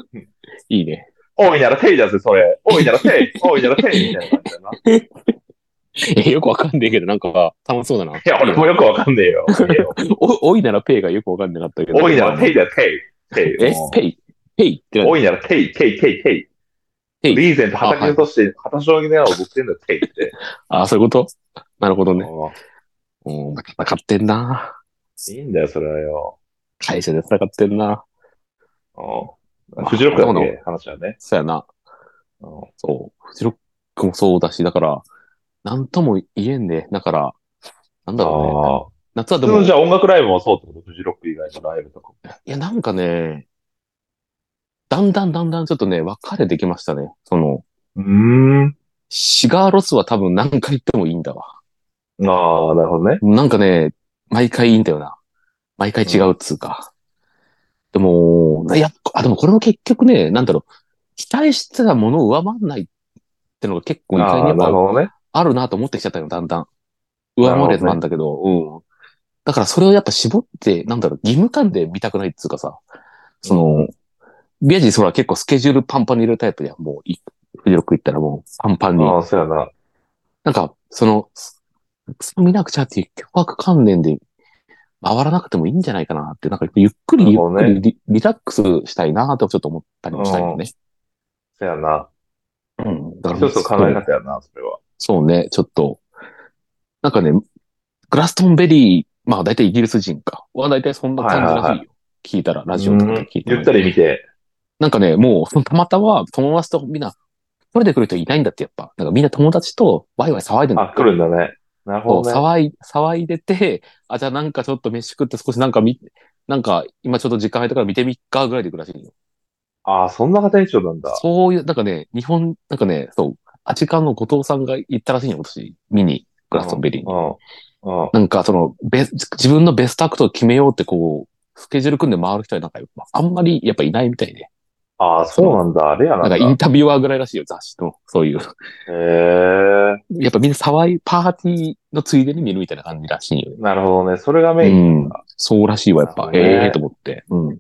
[SPEAKER 1] <laughs> いいね。
[SPEAKER 2] 大いならペイだぜ、それ。大いならペイ。大いならペイ。みたいな感じだな。い
[SPEAKER 1] えよくわかんねえけど、なんか楽しそうだな。い
[SPEAKER 2] や、俺もよくわかんねえよ。
[SPEAKER 1] お、おいならペイがよくわかんなかったけど。
[SPEAKER 2] 大いならペイだよ、ペイ。ペイ。
[SPEAKER 1] え、ペイペイって何
[SPEAKER 2] 多いなら、テイ、テイ、テイ、テイ。
[SPEAKER 1] テイ
[SPEAKER 2] リーゼント畑に落として、畑将棋の矢を僕ってんだよ、テイって。
[SPEAKER 1] あ、そういうことなるほどね。
[SPEAKER 2] う
[SPEAKER 1] うん、戦ってんな。
[SPEAKER 2] んいいんだよ、それはよ。
[SPEAKER 1] 会社で戦ってんな。
[SPEAKER 2] う
[SPEAKER 1] ま
[SPEAKER 2] ん
[SPEAKER 1] あ
[SPEAKER 2] フジロックだっ
[SPEAKER 1] どうな
[SPEAKER 2] け話はね。
[SPEAKER 1] そうやな。
[SPEAKER 2] うん
[SPEAKER 1] そう。フジロックもそうだし、だから、なんとも言えんね。だから、なんだろうね。
[SPEAKER 2] ああ。
[SPEAKER 1] 夏は
[SPEAKER 2] 普
[SPEAKER 1] で
[SPEAKER 2] 通
[SPEAKER 1] も、
[SPEAKER 2] の
[SPEAKER 1] い
[SPEAKER 2] じゃあ音楽ライブもそうってことフジロック以外のライブとかも。
[SPEAKER 1] や、なんかね、だんだんだんだんちょっとね、別れてきましたね。その、
[SPEAKER 2] うーん。
[SPEAKER 1] シガーロスは多分何回行ってもいいんだわ。
[SPEAKER 2] ああ、なるほどね。
[SPEAKER 1] なんかね、毎回いいんだよな。毎回違うっつうか。でも、いや、あ、でもこれも結局ね、なんだろう、期待してたものを上回んないってのが結構意外
[SPEAKER 2] あ
[SPEAKER 1] にや
[SPEAKER 2] あ、
[SPEAKER 1] っ
[SPEAKER 2] な
[SPEAKER 1] ぱ
[SPEAKER 2] るほどね。
[SPEAKER 1] あるなと思ってきちゃったよ、だんだん。上回るやつなんだけど、うん。だからそれをやっぱ絞って、なんだろう、義務感で見たくないっつうかさ、その、
[SPEAKER 2] うん
[SPEAKER 1] ビアジーそら結構スケジュールパンパンに入れるタイプやんもうい、フジロック行ったらもうパンパンに。
[SPEAKER 2] ああ、そうやな。
[SPEAKER 1] なんか、その、すそう見なくちゃっていう巨悪関連で回らなくてもいいんじゃないかなって、なんかゆっくり
[SPEAKER 2] な
[SPEAKER 1] ゆ
[SPEAKER 2] る
[SPEAKER 1] っ
[SPEAKER 2] ほど
[SPEAKER 1] く
[SPEAKER 2] ね
[SPEAKER 1] りリ,、リラックスしたいなとちょっと思ったりもしたいよね。
[SPEAKER 2] そうやな。
[SPEAKER 1] うん。だ
[SPEAKER 2] 一つの考え
[SPEAKER 1] そう
[SPEAKER 2] 方やな、それは。
[SPEAKER 1] そうね、ちょっと。なんかね、グラストンベリー、まあ大体イギリス人か。は大体そんな感じらしいよ。
[SPEAKER 2] はいはい
[SPEAKER 1] 聞いたら、ラジオとかで聞いた
[SPEAKER 2] うんゆったり見て。
[SPEAKER 1] なんかね、もう、そのたまたま友達とみんな、来れてくる人いないんだってやっぱ。なんかみんな友達とワイワイ騒いでんだ
[SPEAKER 2] あ、来るんだね。なる
[SPEAKER 1] こ
[SPEAKER 2] ほ
[SPEAKER 1] う
[SPEAKER 2] どね。
[SPEAKER 1] 騒い、騒いでて、 <laughs> あ、じゃあなんかちょっと飯食って少しなんか見、なんか今ちょっと時間空いたから見てみっかぐらいで行くらしいよ。
[SPEAKER 2] ああ、そんな形一緒なんだ。
[SPEAKER 1] そういう、なんかね、日本、なんかね、そう、アチカンの後藤さんが行ったらしいよ、今年、見に、グラストンベリーに。
[SPEAKER 2] うん。うん。うん
[SPEAKER 1] なんかその、べ、自分のベストアクトを決めようってこう、スケジュール組んで回る人はなんか、あんまりやっぱいないみたいで。
[SPEAKER 2] ああ、そうなんだ。あれや
[SPEAKER 1] な
[SPEAKER 2] なん
[SPEAKER 1] か
[SPEAKER 2] んだ。
[SPEAKER 1] インタビュアーぐらいらしいよ、雑誌の。そういう。
[SPEAKER 2] へえ。
[SPEAKER 1] やっぱみんな騒い、パーティーのついでに見るみたいな感じらしいよね。
[SPEAKER 2] なるほどね。それがメイン。
[SPEAKER 1] うん。そうらしいわ、やっぱ。
[SPEAKER 2] なるほどね
[SPEAKER 1] ええと思って。うん。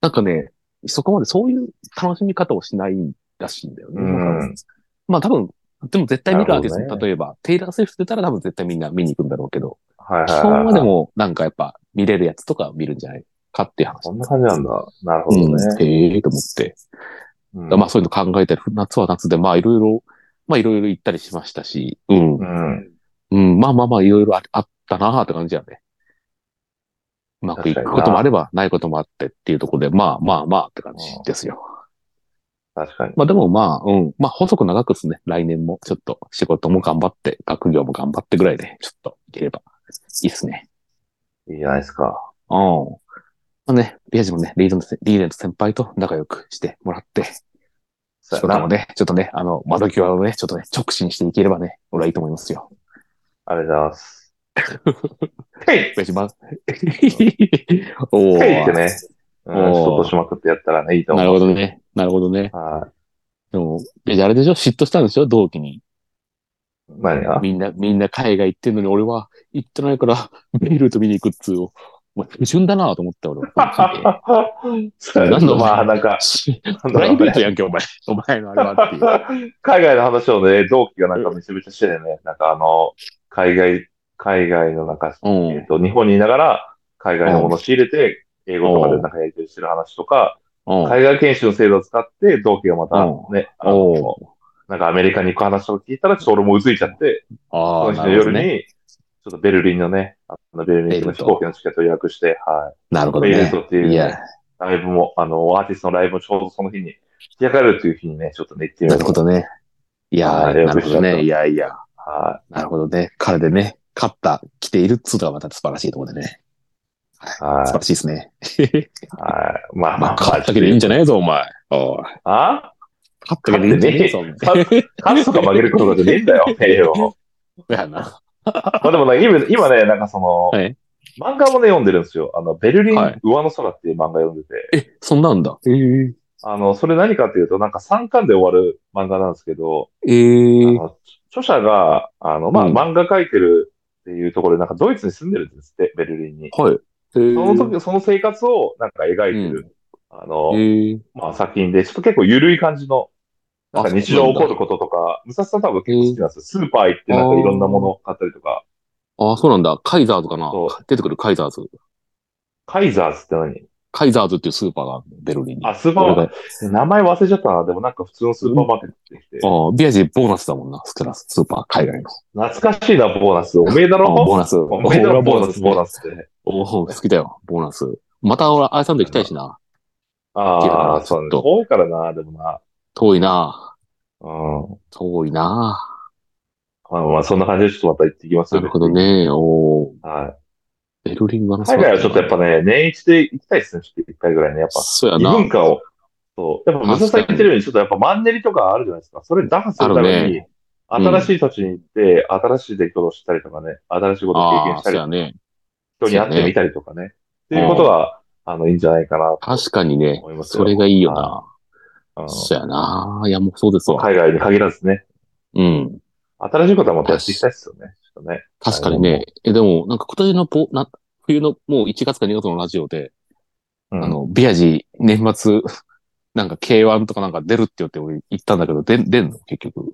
[SPEAKER 1] なんかね、そこまでそういう楽しみ方をしないらしいんだよね。
[SPEAKER 2] うん
[SPEAKER 1] なんかまあ多分、でも絶対見るアーティス
[SPEAKER 2] なる
[SPEAKER 1] ト、
[SPEAKER 2] ほど
[SPEAKER 1] 例えば、テイラー・スウィフト出たら多分絶対みんな見に行くんだろうけど、
[SPEAKER 2] はいはい
[SPEAKER 1] 基
[SPEAKER 2] はい
[SPEAKER 1] 本
[SPEAKER 2] は。
[SPEAKER 1] はいでもなんかやっぱ見れるやつとか見るんじゃないかっていう話。
[SPEAKER 2] そんな感じなんだ。なるほど
[SPEAKER 1] うん、
[SPEAKER 2] ね。
[SPEAKER 1] ええと思って。
[SPEAKER 2] うん
[SPEAKER 1] まあそういうの考えたり、夏は夏でまあいろいろ、まあいろいろ行ったりしましたし、うん。
[SPEAKER 2] うん。
[SPEAKER 1] うん、まあまあまあ、いろいろああったなあって感じやね。うまくいくこともあれば、ないこともあってっていうところで、まあまあまあって感じですよ。
[SPEAKER 2] 確かに。
[SPEAKER 1] まあでもまあ、うん。まあ細く長くですね。来年もちょっと仕事も頑張って、学業も頑張ってぐらいで、ちょっといければいいですね。
[SPEAKER 2] いいじゃないですか。
[SPEAKER 1] うん。まあね、ビアジもね、リーゼントせ、リーゼント先輩と仲良くしてもらって、
[SPEAKER 2] そ
[SPEAKER 1] 仕
[SPEAKER 2] うや
[SPEAKER 1] 事も
[SPEAKER 2] な。
[SPEAKER 1] ね、ちょっとね、あの、窓際をね、ちょっとね、直進していければね、俺はいいと思いますよ。
[SPEAKER 2] ありがとうござい
[SPEAKER 1] <laughs>
[SPEAKER 2] ます。ヘイ
[SPEAKER 1] ビアジま、 <laughs> おー
[SPEAKER 2] ヘイってね。うん、ち
[SPEAKER 1] おー
[SPEAKER 2] ょっとしまくってやったらね、いいと
[SPEAKER 1] な
[SPEAKER 2] 思
[SPEAKER 1] る
[SPEAKER 2] う。
[SPEAKER 1] ほどね。なるほどね。
[SPEAKER 2] は
[SPEAKER 1] でも、え、じゃああれでしょ嫉妬したんでしょ同期に。
[SPEAKER 2] 何が
[SPEAKER 1] みんな、みんな海外行ってんのに、俺は行ってないから、 <laughs> ベイルート見に行くっつう。お前、不純だなと思った、俺は。
[SPEAKER 2] 何のまあ、なんか、なん
[SPEAKER 1] プ
[SPEAKER 2] だ
[SPEAKER 1] ラ
[SPEAKER 2] ろう
[SPEAKER 1] イベー
[SPEAKER 2] ね
[SPEAKER 1] トやんけ、お前。お前のあれはっていう。
[SPEAKER 2] 海外の話をね、同期がなんかめちゃめちゃしててね、なんかあの、海外、海外のなんか、
[SPEAKER 1] うん
[SPEAKER 2] えっと、日本にいながら、海外のものを仕入れて、英語とかでなんかやり取りしてる話とか、
[SPEAKER 1] うん。
[SPEAKER 2] 海外研修の制度を使って、同期がまた
[SPEAKER 1] う
[SPEAKER 2] ね、あの
[SPEAKER 1] おう
[SPEAKER 2] なんかアメリカに行く話とか聞いたら、ちょっと俺もうついちゃって、そ
[SPEAKER 1] あ
[SPEAKER 2] の
[SPEAKER 1] あ、
[SPEAKER 2] 日
[SPEAKER 1] な
[SPEAKER 2] の
[SPEAKER 1] るほど
[SPEAKER 2] 夜
[SPEAKER 1] ね。
[SPEAKER 2] に、ちょっとベルリンのね、あのベルリンの飛行機のチケットを予約して、はい。
[SPEAKER 1] なるほど
[SPEAKER 2] ベイレー
[SPEAKER 1] ね
[SPEAKER 2] トっていう、
[SPEAKER 1] い
[SPEAKER 2] ね
[SPEAKER 1] や、、
[SPEAKER 2] ライブも、あの、アーティストのライブもちょうどその日に開かれるという日にね、ちょっとね、行ってみ
[SPEAKER 1] な
[SPEAKER 2] よう
[SPEAKER 1] る
[SPEAKER 2] と
[SPEAKER 1] ほどね。いや
[SPEAKER 2] あ
[SPEAKER 1] ー、
[SPEAKER 2] ー
[SPEAKER 1] なるほど
[SPEAKER 2] よく知らな
[SPEAKER 1] ね。
[SPEAKER 2] い
[SPEAKER 1] いやいや、
[SPEAKER 2] は
[SPEAKER 1] なるほどね。彼でね、勝った、来ているっつうのがまた素晴らしいところでね。
[SPEAKER 2] い。は
[SPEAKER 1] 素晴
[SPEAKER 2] い。
[SPEAKER 1] らしいですね。
[SPEAKER 2] はい。まあま
[SPEAKER 1] ま
[SPEAKER 2] あ
[SPEAKER 1] あ、、勝ったけどいいんじゃないぞ、お前。おい
[SPEAKER 2] あ
[SPEAKER 1] 勝ったけどいいんじゃねえぞ、お前。
[SPEAKER 2] 勝勝つとか負けるとかじゃねえ
[SPEAKER 1] <laughs>
[SPEAKER 2] んだよ、栄養。
[SPEAKER 1] やな。
[SPEAKER 2] まあでもね、今今ね、なんかその、
[SPEAKER 1] はい
[SPEAKER 2] 漫画もね、読んでるんですよ。あの、ベルリン
[SPEAKER 1] はい
[SPEAKER 2] 上の空っていう漫画読んでて、
[SPEAKER 1] え、そんなんだ。えー、
[SPEAKER 2] あの、それ何かっていうと、なんか3巻で終わる漫画なんですけど、
[SPEAKER 1] え
[SPEAKER 2] あ
[SPEAKER 1] ー、
[SPEAKER 2] の著者が、あの、まあ、
[SPEAKER 1] うん
[SPEAKER 2] 漫画描いてるっていうところで、なんかドイツに住んでるんですって、ベルリンに。
[SPEAKER 1] はい。えー、
[SPEAKER 2] その時、その生活をなんか描いてる、あの
[SPEAKER 1] え、ー、
[SPEAKER 2] まあ作品で、ちょっと結構緩い感じの、なんか日常起こることとか、武蔵さん多分結構好きなんですよ。スーパー行ってなんかいろんなものを買ったりとか。
[SPEAKER 1] あ、そうなんだ。カイザーズかな
[SPEAKER 2] そう
[SPEAKER 1] 出てくるカイザーズ。
[SPEAKER 2] カイザーズって何
[SPEAKER 1] カイザーズっていうスーパーがあるのベルリンに。
[SPEAKER 2] あ、スーパーマーケット。名前忘れちゃったな。でもなんか普通のスーパーマーケットってきて。
[SPEAKER 1] ああ、ビアジーボーナスだもんな、スクラス、スーパー、海外の。
[SPEAKER 2] 懐かしいな、ボーナス。おめえだ
[SPEAKER 1] ああボー
[SPEAKER 2] ろ
[SPEAKER 1] ナス。
[SPEAKER 2] おめえだろ、ボーナス、ボー
[SPEAKER 1] ナス。
[SPEAKER 2] ナスって。
[SPEAKER 1] おお、好きだよ、ボーナス。また俺、アイサンド行きたいしな。
[SPEAKER 2] ああ、そうね。
[SPEAKER 1] ちょっと
[SPEAKER 2] 遠いからな、でもな。
[SPEAKER 1] 遠いな。
[SPEAKER 2] うん。
[SPEAKER 1] 遠いな。
[SPEAKER 2] まあまあ、そんな感じでちょっとまた行ってきます
[SPEAKER 1] な
[SPEAKER 2] よ
[SPEAKER 1] るほど。ね。おー
[SPEAKER 2] は。
[SPEAKER 1] ベルリンはい
[SPEAKER 2] 海外はちょっとやっぱね、年一で行きたいですね。ちょっと一回ぐらいね。やっぱ
[SPEAKER 1] そうや
[SPEAKER 2] 異
[SPEAKER 1] な。
[SPEAKER 2] 文化を、そう。やっぱ、武蔵さん言ってるように、ちょっとやっぱマンネリとかあるじゃないですか。それ打破するた
[SPEAKER 1] あ
[SPEAKER 2] め
[SPEAKER 1] る
[SPEAKER 2] に、
[SPEAKER 1] うん
[SPEAKER 2] 新しい土地に行って、新しい出来事をしたりとかね、新しいことを経
[SPEAKER 1] あ
[SPEAKER 2] 験
[SPEAKER 1] あ、
[SPEAKER 2] した
[SPEAKER 1] そう
[SPEAKER 2] り、
[SPEAKER 1] やね。
[SPEAKER 2] 人に会ってみたりとかね。っていうことが、あの、いいんじゃないかなと
[SPEAKER 1] 確かにね。
[SPEAKER 2] 思います
[SPEAKER 1] そ
[SPEAKER 2] よ。
[SPEAKER 1] れがいいよ
[SPEAKER 2] は
[SPEAKER 1] な。
[SPEAKER 2] うん
[SPEAKER 1] そうやな。いや、もうそうですわ。
[SPEAKER 2] 海外に限らずね、
[SPEAKER 1] うん。
[SPEAKER 2] 新しいことはもっとやっていきたいですよね。ちょっとね。
[SPEAKER 1] 確かにね。え、でも、なんか今年のぼな、冬のもう1月か2月のラジオで、
[SPEAKER 2] うん
[SPEAKER 1] あの、ビアジー年末、 <laughs> なんか K1 とかなんか出るって言って俺言ったんだけど、出ん、出んの結局。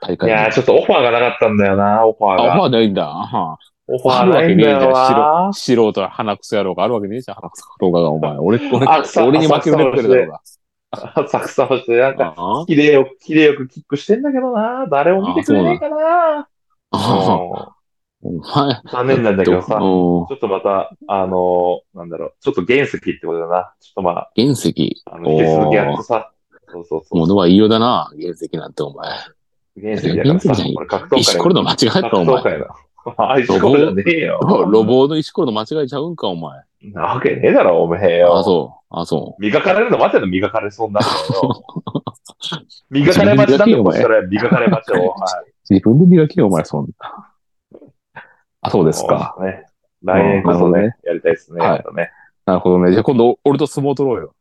[SPEAKER 1] 大
[SPEAKER 2] い
[SPEAKER 1] 会に。
[SPEAKER 2] やー、ちょっとオファーがなかったんだよな、オファー
[SPEAKER 1] あ、
[SPEAKER 2] が。
[SPEAKER 1] まあないんだ。あは
[SPEAKER 2] オファーないんだよ
[SPEAKER 1] あるわけねえじ
[SPEAKER 2] な
[SPEAKER 1] あ。素人は鼻くそ野郎があるわけねえじゃん、鼻くそ野郎が、お前。俺、俺、
[SPEAKER 2] あさ
[SPEAKER 1] 俺に負けるレベルだろうが。
[SPEAKER 2] サクサクして、なんか、
[SPEAKER 1] あ
[SPEAKER 2] 綺麗よ、綺麗よくキックしてんだけどな。誰も見てくれないかな。
[SPEAKER 1] あ
[SPEAKER 2] う
[SPEAKER 1] お
[SPEAKER 2] ん
[SPEAKER 1] 前。
[SPEAKER 2] 残念なんだけどさ、
[SPEAKER 1] うん
[SPEAKER 2] ちょっとまた、あのーなんだろう、ちょっと原石ってことだな。ちょっとまあ、
[SPEAKER 1] 原石、
[SPEAKER 2] あの、引き続きやってさ、そうそうそう。
[SPEAKER 1] 物は言いようだな。原石なんて、お前。
[SPEAKER 2] 原石だから
[SPEAKER 1] 原
[SPEAKER 2] さ
[SPEAKER 1] 石じゃん、
[SPEAKER 2] 俺格闘
[SPEAKER 1] 石ころ
[SPEAKER 2] 界
[SPEAKER 1] の間違え
[SPEAKER 2] の、
[SPEAKER 1] だろ、お
[SPEAKER 2] 格
[SPEAKER 1] 前。
[SPEAKER 2] 闘界の。あ、石ころじゃねえよ。
[SPEAKER 1] ロボの石ころの間違えちゃうんか、お前。
[SPEAKER 2] なわけねえだろ、おめえよ。
[SPEAKER 1] あ、そう。あ、そう。
[SPEAKER 2] 磨かれるの待ってんの磨かれそうになる
[SPEAKER 1] <laughs>
[SPEAKER 2] よ。磨かれ待ちだってことしたら、磨かれ待ちを。はい
[SPEAKER 1] 自分で磨けよ、お前、そんな。あ、そうですか。。
[SPEAKER 2] そうね来年こそ
[SPEAKER 1] うんなるほど
[SPEAKER 2] ね
[SPEAKER 1] ね、
[SPEAKER 2] やりたいですね。
[SPEAKER 1] はい
[SPEAKER 2] やっぱね
[SPEAKER 1] なるほどね。じゃあ今度、俺と相撲取ろうよ。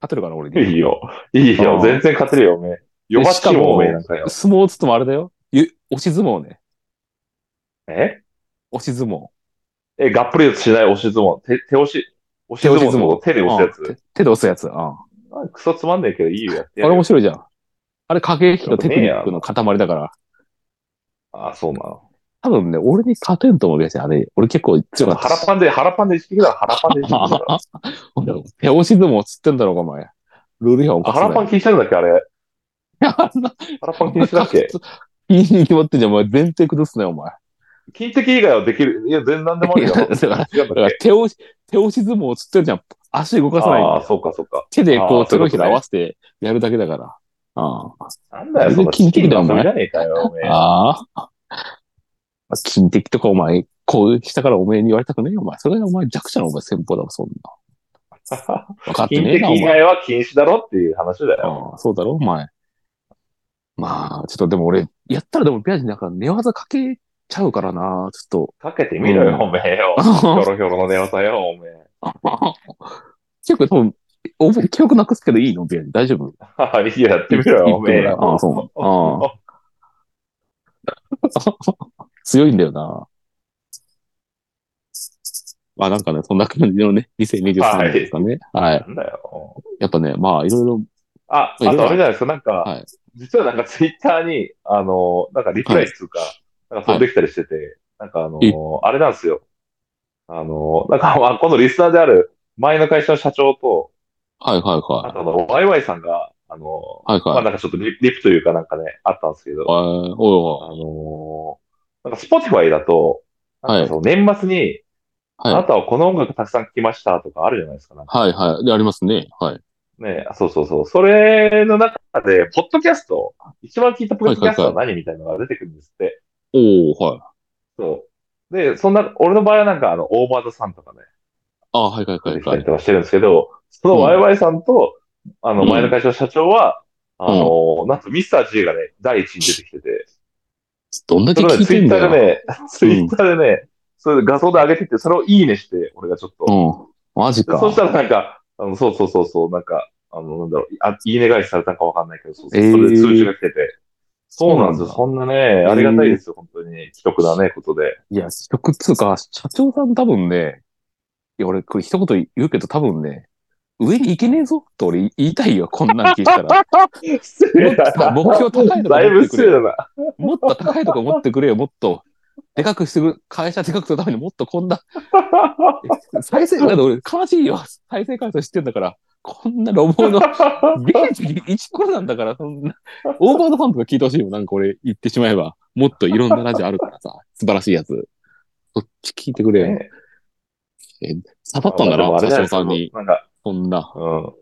[SPEAKER 1] 勝てるかな、俺に。
[SPEAKER 2] いいよ。いいよ
[SPEAKER 1] う。ん
[SPEAKER 2] 全然勝てるよ、おめえ。弱っちいもん、おめえなんかよ。
[SPEAKER 1] 相撲っつってもあれだよ。ゆ押し相撲ね。
[SPEAKER 2] え
[SPEAKER 1] 押し相撲。
[SPEAKER 2] え、がっぷり四つしない押し相撲。手、手押し、押し相撲ってこと手で押すや
[SPEAKER 1] うん
[SPEAKER 2] つ。
[SPEAKER 1] 手手で押すやつ。うんあ
[SPEAKER 2] あクソつまんねえけど、いいよ、やって
[SPEAKER 1] れ
[SPEAKER 2] やるよ
[SPEAKER 1] 面白いじゃん。あれ、駆け引きとテクニックの塊だから。
[SPEAKER 2] あ、そうなの。
[SPEAKER 1] 多分ね、俺に勝てんと思うけど、あれ、俺結構強かった
[SPEAKER 2] 腹
[SPEAKER 1] し。
[SPEAKER 2] パンで、腹パンで一撃だ、腹パン
[SPEAKER 1] <laughs>
[SPEAKER 2] で一撃だから。
[SPEAKER 1] 手押し相撲っつってんだろうが、お前。ルール違反を
[SPEAKER 2] あ腹パン
[SPEAKER 1] ン
[SPEAKER 2] 禁止なんだっけ、あれ。腹パン禁止だっけ。
[SPEAKER 1] <laughs> いいに決まってんじゃん、お前。前提崩すなよ、お
[SPEAKER 2] <laughs>
[SPEAKER 1] 前。
[SPEAKER 2] 金的以外はできる。いや、全然なんでもあるよ。
[SPEAKER 1] いやだから
[SPEAKER 2] 違うん
[SPEAKER 1] だ
[SPEAKER 2] だ
[SPEAKER 1] か
[SPEAKER 2] っ
[SPEAKER 1] ら
[SPEAKER 2] け
[SPEAKER 1] 手押し、手押し相撲をつってるじゃん。足動かさないんだ
[SPEAKER 2] ああ、
[SPEAKER 1] よ。
[SPEAKER 2] そうか、そうか。
[SPEAKER 1] 手でこ
[SPEAKER 2] あ
[SPEAKER 1] う
[SPEAKER 2] ーそ
[SPEAKER 1] 手
[SPEAKER 2] ういう
[SPEAKER 1] の
[SPEAKER 2] ことね
[SPEAKER 1] ひら合わせてやるだけだから。ああ
[SPEAKER 2] なんだよ、
[SPEAKER 1] 全
[SPEAKER 2] そ
[SPEAKER 1] 然
[SPEAKER 2] んな
[SPEAKER 1] 金的だよ
[SPEAKER 2] チキンの
[SPEAKER 1] お前
[SPEAKER 2] 遊びじゃねえかよ、おめえ。
[SPEAKER 1] ああ。まあ金的とかお前、攻撃したからお前に言われたくねえよ、お前。それがお前弱者のお前戦法だもん、そん
[SPEAKER 2] <laughs>
[SPEAKER 1] な。分かって
[SPEAKER 2] 金
[SPEAKER 1] ねえな、
[SPEAKER 2] 的
[SPEAKER 1] お
[SPEAKER 2] 以
[SPEAKER 1] 前。
[SPEAKER 2] 外は禁止だろっていう話だよ。
[SPEAKER 1] ああそうだろ、お前。まあ、ちょっとでも俺、やったらでもビアジなんか寝技かけちゃうからな、ちょ
[SPEAKER 2] かけてみろよ、おめえよ。
[SPEAKER 1] っ
[SPEAKER 2] ひょ
[SPEAKER 1] と。
[SPEAKER 2] ろひょろの寝技よ、おめえ。
[SPEAKER 1] <laughs> 結構多分、お前記憶なくすけどいいのビアジ大丈夫
[SPEAKER 2] はいいや、やってみろよ、おめえ
[SPEAKER 1] ああ、そう。ああ。 <laughs> 強いんだよな。まあなんかね、そんな感じのね、2023年ですかね。はい。
[SPEAKER 2] なんだよ。
[SPEAKER 1] やっぱね、まあいろいろ、
[SPEAKER 2] あ、あ
[SPEAKER 1] まあいろいろ
[SPEAKER 2] とあれじゃないですか、なんか、
[SPEAKER 1] はい
[SPEAKER 2] 実はなんかツイッターに、あの、なんかリプライっていうか、なんか飛んできたりしてて、なんかあの
[SPEAKER 1] え、
[SPEAKER 2] あれなんですよ。あの、なんか、まあ、このリスナーである前の会社の社長と、
[SPEAKER 1] はいはい
[SPEAKER 2] あ
[SPEAKER 1] は
[SPEAKER 2] とあの、ワイワイさんが、あの、
[SPEAKER 1] い。はい
[SPEAKER 2] まあ
[SPEAKER 1] はい。
[SPEAKER 2] なんかちょっとリリプというかなんかね、あったんですけど、
[SPEAKER 1] おいお
[SPEAKER 2] あのーなんか Spotify だと、なんかその年末に、
[SPEAKER 1] はい
[SPEAKER 2] あなたはこの音楽たくさん聴きましたとかあるじゃないですか。なんか
[SPEAKER 1] い。はいはい。で、ありますね。はい。
[SPEAKER 2] ね、あそうそうそう。それの中で、ポッドキャスト、一番聞いたポッドキャストは何みたいなのが出てくるんですって。
[SPEAKER 1] おおはい。
[SPEAKER 2] そう。で、そんな、俺の場合はなんかあの、オーバードさんとかね、
[SPEAKER 1] あはいはいは
[SPEAKER 2] 出
[SPEAKER 1] い
[SPEAKER 2] てきた
[SPEAKER 1] は
[SPEAKER 2] り
[SPEAKER 1] い。
[SPEAKER 2] とかしてるんですけど、そのワイワイさんと、あの、
[SPEAKER 1] うん
[SPEAKER 2] 前の会社の社長は、
[SPEAKER 1] ん
[SPEAKER 2] あのーなんとミスター G がね、第一に出てきてて、
[SPEAKER 1] どんだ
[SPEAKER 2] そ
[SPEAKER 1] け
[SPEAKER 2] れ
[SPEAKER 1] 聞
[SPEAKER 2] ね、
[SPEAKER 1] い
[SPEAKER 2] ツイ
[SPEAKER 1] てん
[SPEAKER 2] ッタ
[SPEAKER 1] だよ。
[SPEAKER 2] ーでね、ツイッターでね、それ画像で上げてて、それをいいねして、俺がちょっと。
[SPEAKER 1] うん。マジ
[SPEAKER 2] で
[SPEAKER 1] か。
[SPEAKER 2] そしたらなんか、あの、そうそうそうそう、なんか、あの、なんだろう、あいいね返しされたのかわかんないけど、そうそう
[SPEAKER 1] えー
[SPEAKER 2] それで通知が来てて。そうなんですよ。
[SPEAKER 1] そ
[SPEAKER 2] そんなね、ありがたいですよ、本当に。既得なね、ことで。
[SPEAKER 1] いや、曲っつうか、社長さん多分ね、いや、俺、これ一言言うけど多分ね、上に行けねえぞって俺言いたいよ、こんなん聞い
[SPEAKER 2] <laughs>
[SPEAKER 1] たら。
[SPEAKER 2] 失
[SPEAKER 1] もっと目標高いの
[SPEAKER 2] だいぶ失礼だな。
[SPEAKER 1] もっと高いとこ持ってくれよ、もっと。でかくしてくれ、会社でかくするためにもっとこん
[SPEAKER 2] <laughs>
[SPEAKER 1] な、再生、だって俺、悲しいよ。再生回数知ってんだから、こんなロボの、ゲージ1コロなんだから、そんな、オーバードファンとか聞いてほしいよ、なんか俺言ってしまえば。もっといろんなラジオあるからさ、素晴らしいやつ。そっち聞いてくれよ。
[SPEAKER 2] ね
[SPEAKER 1] サバったんだな、
[SPEAKER 2] まあでもあれじゃ
[SPEAKER 1] 社
[SPEAKER 2] な
[SPEAKER 1] 長
[SPEAKER 2] いですか
[SPEAKER 1] さんに。
[SPEAKER 2] なんか、
[SPEAKER 1] そんな。
[SPEAKER 2] うん。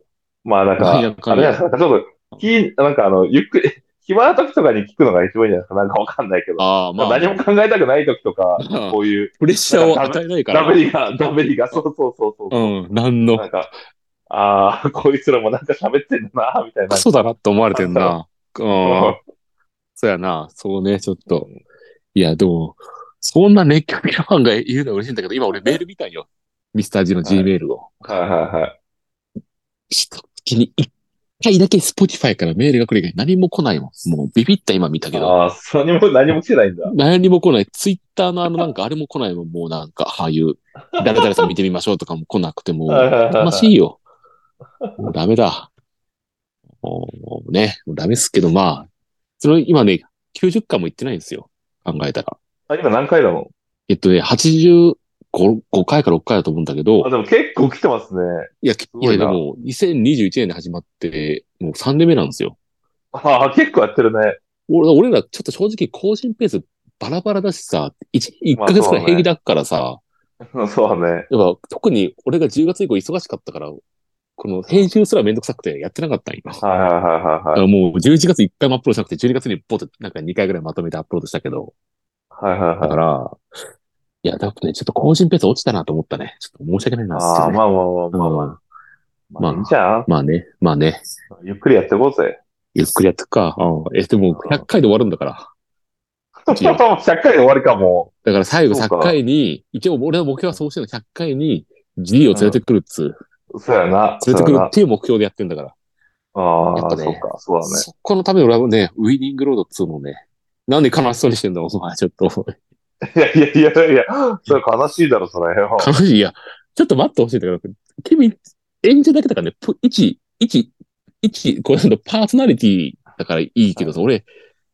[SPEAKER 2] まあなん
[SPEAKER 1] なんや
[SPEAKER 2] か、
[SPEAKER 1] か
[SPEAKER 2] あ
[SPEAKER 1] ん
[SPEAKER 2] れ
[SPEAKER 1] や
[SPEAKER 2] なんかちょっと、き、なんかあの、ゆっくり、暇な時とかに聞くのが一番いいんじゃないですか。なんかわかんないけど。
[SPEAKER 1] ああ、まあ、
[SPEAKER 2] 何も考えたくない時とか、
[SPEAKER 1] うん
[SPEAKER 2] こういう、
[SPEAKER 1] プレッシャーを与えないか
[SPEAKER 2] ダ
[SPEAKER 1] ら。
[SPEAKER 2] ベリが、ダベリが、そうそうそうそう。
[SPEAKER 1] うん、なん
[SPEAKER 2] な
[SPEAKER 1] の
[SPEAKER 2] んか、ああ、こいつらもなんか喋ってんだな、みたいな。
[SPEAKER 1] クソだなって思われてん
[SPEAKER 2] な
[SPEAKER 1] な。うん
[SPEAKER 2] うん。
[SPEAKER 1] そうやな。そうね、ちょっと。いや、でも、そんな熱狂的なファンがいるのは嬉しいんだけど、今俺メール見たんよ。ミスター G の G メールを。
[SPEAKER 2] はいはいはい。
[SPEAKER 1] 一月に一回だけ Spotify からメールが来る以外何も来ないもん。もうビビった今見たけど。
[SPEAKER 2] ああ、それにも何も来てないんだ。
[SPEAKER 1] 何も来ない。Twitter のあのなんかあれも来ないもん。もうなんか、ああいう、誰々さん見てみましょうとかも来なくても。悲しいよ。もうダメだ。もうもうね、もうダメっすけど、まあ、その今ね、90巻も行ってないんですよ。考えたら。
[SPEAKER 2] あ今何回だも
[SPEAKER 1] えっとね、85、5回か6回だと思うんだけ
[SPEAKER 2] ん。あ、
[SPEAKER 1] ど、
[SPEAKER 2] でも結構来てますね。
[SPEAKER 1] いや、い
[SPEAKER 2] ご
[SPEAKER 1] や
[SPEAKER 2] い
[SPEAKER 1] で
[SPEAKER 2] な
[SPEAKER 1] も、2021年で始まって、もう3年目なんですよ。
[SPEAKER 2] ああ、結構やってるね。 <laughs>
[SPEAKER 1] 俺俺らちょっと正直更新ペースバラバラだしさ、1, 一
[SPEAKER 2] まあ
[SPEAKER 1] ヶ月
[SPEAKER 2] そう
[SPEAKER 1] く
[SPEAKER 2] だ
[SPEAKER 1] ら
[SPEAKER 2] ね
[SPEAKER 1] い平気だからさ、
[SPEAKER 2] そうだね。
[SPEAKER 1] やっぱ特に俺が10月以降忙しかったから、この編集すらめんどくさくてやってなかったんよ。
[SPEAKER 2] はいはいはいはい。
[SPEAKER 1] あもう11月1回もアップロードしなくて、12月にポッとなんか2回ぐらいまとめてアップロードしたけど、
[SPEAKER 2] はいはいは
[SPEAKER 1] だ
[SPEAKER 2] い。
[SPEAKER 1] から、いや、だってね、ちょっと個人ペース落ちたなと思ったね。ちょっと申し訳ないな、
[SPEAKER 2] ああ、まあまあまあまあまあ。
[SPEAKER 1] ん
[SPEAKER 2] まあ、いいじゃん。
[SPEAKER 1] まあね、まあね、
[SPEAKER 2] ゆっくりやっていこうぜ。
[SPEAKER 1] ゆっくりやってくか。うん。え、でも100回で終わるんだから。一
[SPEAKER 2] <laughs> 100
[SPEAKER 1] 応
[SPEAKER 2] 回で終わりかも。
[SPEAKER 1] だから最後
[SPEAKER 2] そうか
[SPEAKER 1] 100回に、一応俺の目標はそうしてるの100回に G を連れてくるっつう、
[SPEAKER 2] そうや
[SPEAKER 1] 連
[SPEAKER 2] な。
[SPEAKER 1] れてく
[SPEAKER 2] そう
[SPEAKER 1] る
[SPEAKER 2] やな
[SPEAKER 1] っていう目標でやってんだから。や
[SPEAKER 2] あ
[SPEAKER 1] っ
[SPEAKER 2] あ、
[SPEAKER 1] ぱ
[SPEAKER 2] そ
[SPEAKER 1] ね
[SPEAKER 2] うか、そうだね。
[SPEAKER 1] そこのために俺はね、ウィニングロードっつうのをね、なんで悲しそうにしてんだお前、ちょっと。
[SPEAKER 2] い <laughs> やいやいやいや、それ悲しいだろ、それよ。
[SPEAKER 1] 彼女いや、ちょっと待ってほしいんだけど、君、演じるだけだからね、ぷ一、一、一、これのパーソナリティだからいいけどさ、俺、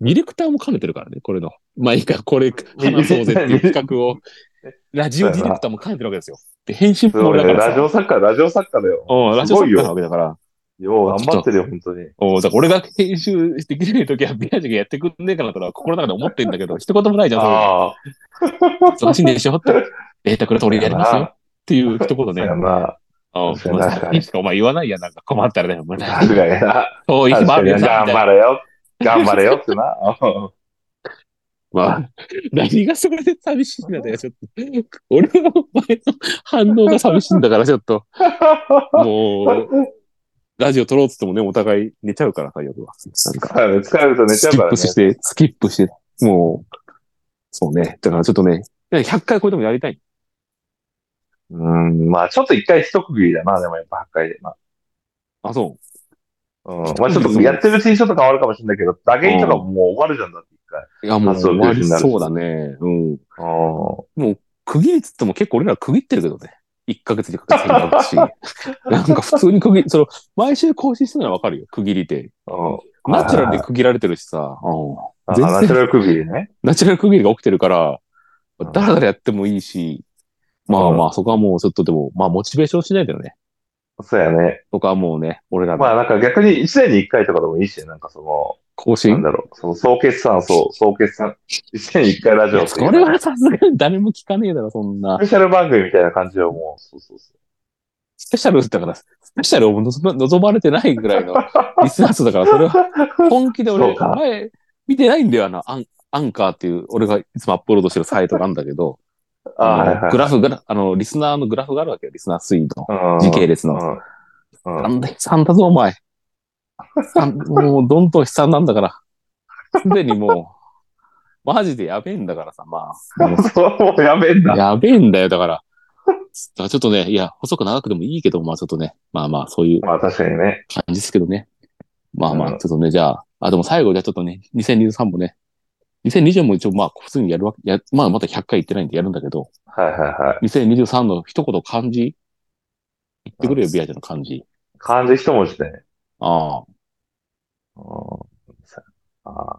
[SPEAKER 1] ディレクターも兼ねてるからね、これの。毎回これ話そうぜっていう企画を、 <laughs> ラジオディレクターも兼ねてるわけですよ。で、編集
[SPEAKER 2] す
[SPEAKER 1] も
[SPEAKER 2] ご
[SPEAKER 1] 俺
[SPEAKER 2] い
[SPEAKER 1] だ
[SPEAKER 2] ね。
[SPEAKER 1] から
[SPEAKER 2] ラジ
[SPEAKER 1] さ。
[SPEAKER 2] オ作家、ラジオ作家だよ。
[SPEAKER 1] うん、ラジオ
[SPEAKER 2] すごいよ
[SPEAKER 1] 作家なわけだから。
[SPEAKER 2] よう頑張ってるよ、本当に。
[SPEAKER 1] うん、だから俺が編集できないときは、ビアジがやってくんねえかなとは心の中で思ってんだけど、一言もないじゃん、それ
[SPEAKER 2] ああ。
[SPEAKER 1] 忙しいんでしょって。データくれと俺やりますよ。っていう一言
[SPEAKER 2] そう
[SPEAKER 1] ね。
[SPEAKER 2] やな。
[SPEAKER 1] あ
[SPEAKER 2] <laughs>
[SPEAKER 1] あ、
[SPEAKER 2] そ
[SPEAKER 1] そうう
[SPEAKER 2] なん
[SPEAKER 1] だ
[SPEAKER 2] か。
[SPEAKER 1] いいしかお前言わないやん、なんか困ったらね、お前。
[SPEAKER 2] 確かにな。
[SPEAKER 1] <laughs> そういう日
[SPEAKER 2] 確
[SPEAKER 1] もあ
[SPEAKER 2] かに
[SPEAKER 1] るや
[SPEAKER 2] 頑
[SPEAKER 1] んなみたい
[SPEAKER 2] 張
[SPEAKER 1] な。
[SPEAKER 2] れよ。頑張れよっ
[SPEAKER 1] <laughs>
[SPEAKER 2] てな。
[SPEAKER 1] まあ、何がそれで寂しいんだよ、ちょっと。俺のお前の反応が寂しいんだから、ちょっと。もう、ラジオ撮ろうっつってもね、お互い寝ちゃうから、最悪は。なんか、
[SPEAKER 2] 疲れると寝ち
[SPEAKER 1] ス
[SPEAKER 2] ゃう
[SPEAKER 1] キ
[SPEAKER 2] か
[SPEAKER 1] ッ
[SPEAKER 2] ら
[SPEAKER 1] プ
[SPEAKER 2] ね。
[SPEAKER 1] して、スキップして、もう、そうね。だからちょっとね、100回超えてもやりたい。
[SPEAKER 2] うん、まあちょっと一回一区切りだな、でもやっぱ8回で。まあ、
[SPEAKER 1] あ、そう。
[SPEAKER 2] うん、まあちょっとやってるうちにちょっと変わるかもしれないけど、打撃とかももう終わるじゃんだって一対。
[SPEAKER 1] いや、もう
[SPEAKER 2] 発想
[SPEAKER 1] 終
[SPEAKER 2] ベ
[SPEAKER 1] わ
[SPEAKER 2] ース
[SPEAKER 1] り
[SPEAKER 2] になる
[SPEAKER 1] そうだね。うん。
[SPEAKER 2] お
[SPEAKER 1] 区切りつっても結構俺ら区切ってるけどね。1ヶ月2ヶ月だ
[SPEAKER 2] <laughs>
[SPEAKER 1] し。なんか普通に区切り、その、毎週更新してるのはわかるよ。区切りで。
[SPEAKER 2] ーおー
[SPEAKER 1] ナチュラルに区切られてるしさ。うん
[SPEAKER 2] あ
[SPEAKER 1] 全然
[SPEAKER 2] ナチュラル首でね。
[SPEAKER 1] ナチュラル区切りが起きてるから
[SPEAKER 2] うん、
[SPEAKER 1] だらだらやってもいいし、まあまあ、そこはもうちょっとでも、まあ、モチベーション次第だよね。
[SPEAKER 2] そうやね。
[SPEAKER 1] そこはもうね、俺ら
[SPEAKER 2] まあ
[SPEAKER 1] の
[SPEAKER 2] なんか逆に一年に一回とかでもいいしね、なんかその、
[SPEAKER 1] 更
[SPEAKER 2] なん
[SPEAKER 1] 新。
[SPEAKER 2] だろう、その総決算、そう、総決算、一年に一回ラジ
[SPEAKER 1] い
[SPEAKER 2] オ
[SPEAKER 1] や
[SPEAKER 2] っていう
[SPEAKER 1] それはさすがに誰も聞かねえだろ、そんな
[SPEAKER 2] ス。ペシャル番組みたいな感じをもう、そうそうそ
[SPEAKER 1] スペシャルだから、スペシャルを望ま望まれてないぐら
[SPEAKER 2] <laughs>
[SPEAKER 1] いのリスナー数だから、それは
[SPEAKER 2] う。
[SPEAKER 1] 本気で
[SPEAKER 2] そう
[SPEAKER 1] 俺、
[SPEAKER 2] か
[SPEAKER 1] 前、見てないんだよ、あの、アンアンカーっていう、俺がいつもアップロードしてるサイトがあるんだけど、
[SPEAKER 2] <laughs> ああ、はい
[SPEAKER 1] あのグラフが、あの、リスナーのグラフがあるわけよ、リスナー推移の。
[SPEAKER 2] はい。
[SPEAKER 1] 時系列の。
[SPEAKER 2] うん。うん。
[SPEAKER 1] なんだ、悲惨だぞ、お前。悲惨 <laughs> もう、どんどん悲惨なんだから。すでにもう、マジでやべえんだからさ、まあ。も
[SPEAKER 2] <laughs> そう、もうやめん
[SPEAKER 1] う
[SPEAKER 2] な。
[SPEAKER 1] やべえんだよ、だから。だからちょっとね、いや、細く長くでもいいけど、まあちょっとね、まあまあ、そういう
[SPEAKER 2] まあ確かにね。
[SPEAKER 1] 感じですけどね。まあまあ、
[SPEAKER 2] うん
[SPEAKER 1] ちょっとね、じゃあ、あ、でも最後、じゃあちょっとね、2023もね、2020も一応、まあ、普通にやるわけ、や、まあ、まだ100回行ってないんでやるんだけど、
[SPEAKER 2] はいはいはい。
[SPEAKER 1] 2023の一言漢字言ってくれよ、ビアちゃんの漢字。
[SPEAKER 2] 漢字一文字でね。
[SPEAKER 1] ああ。
[SPEAKER 2] うん。ああ。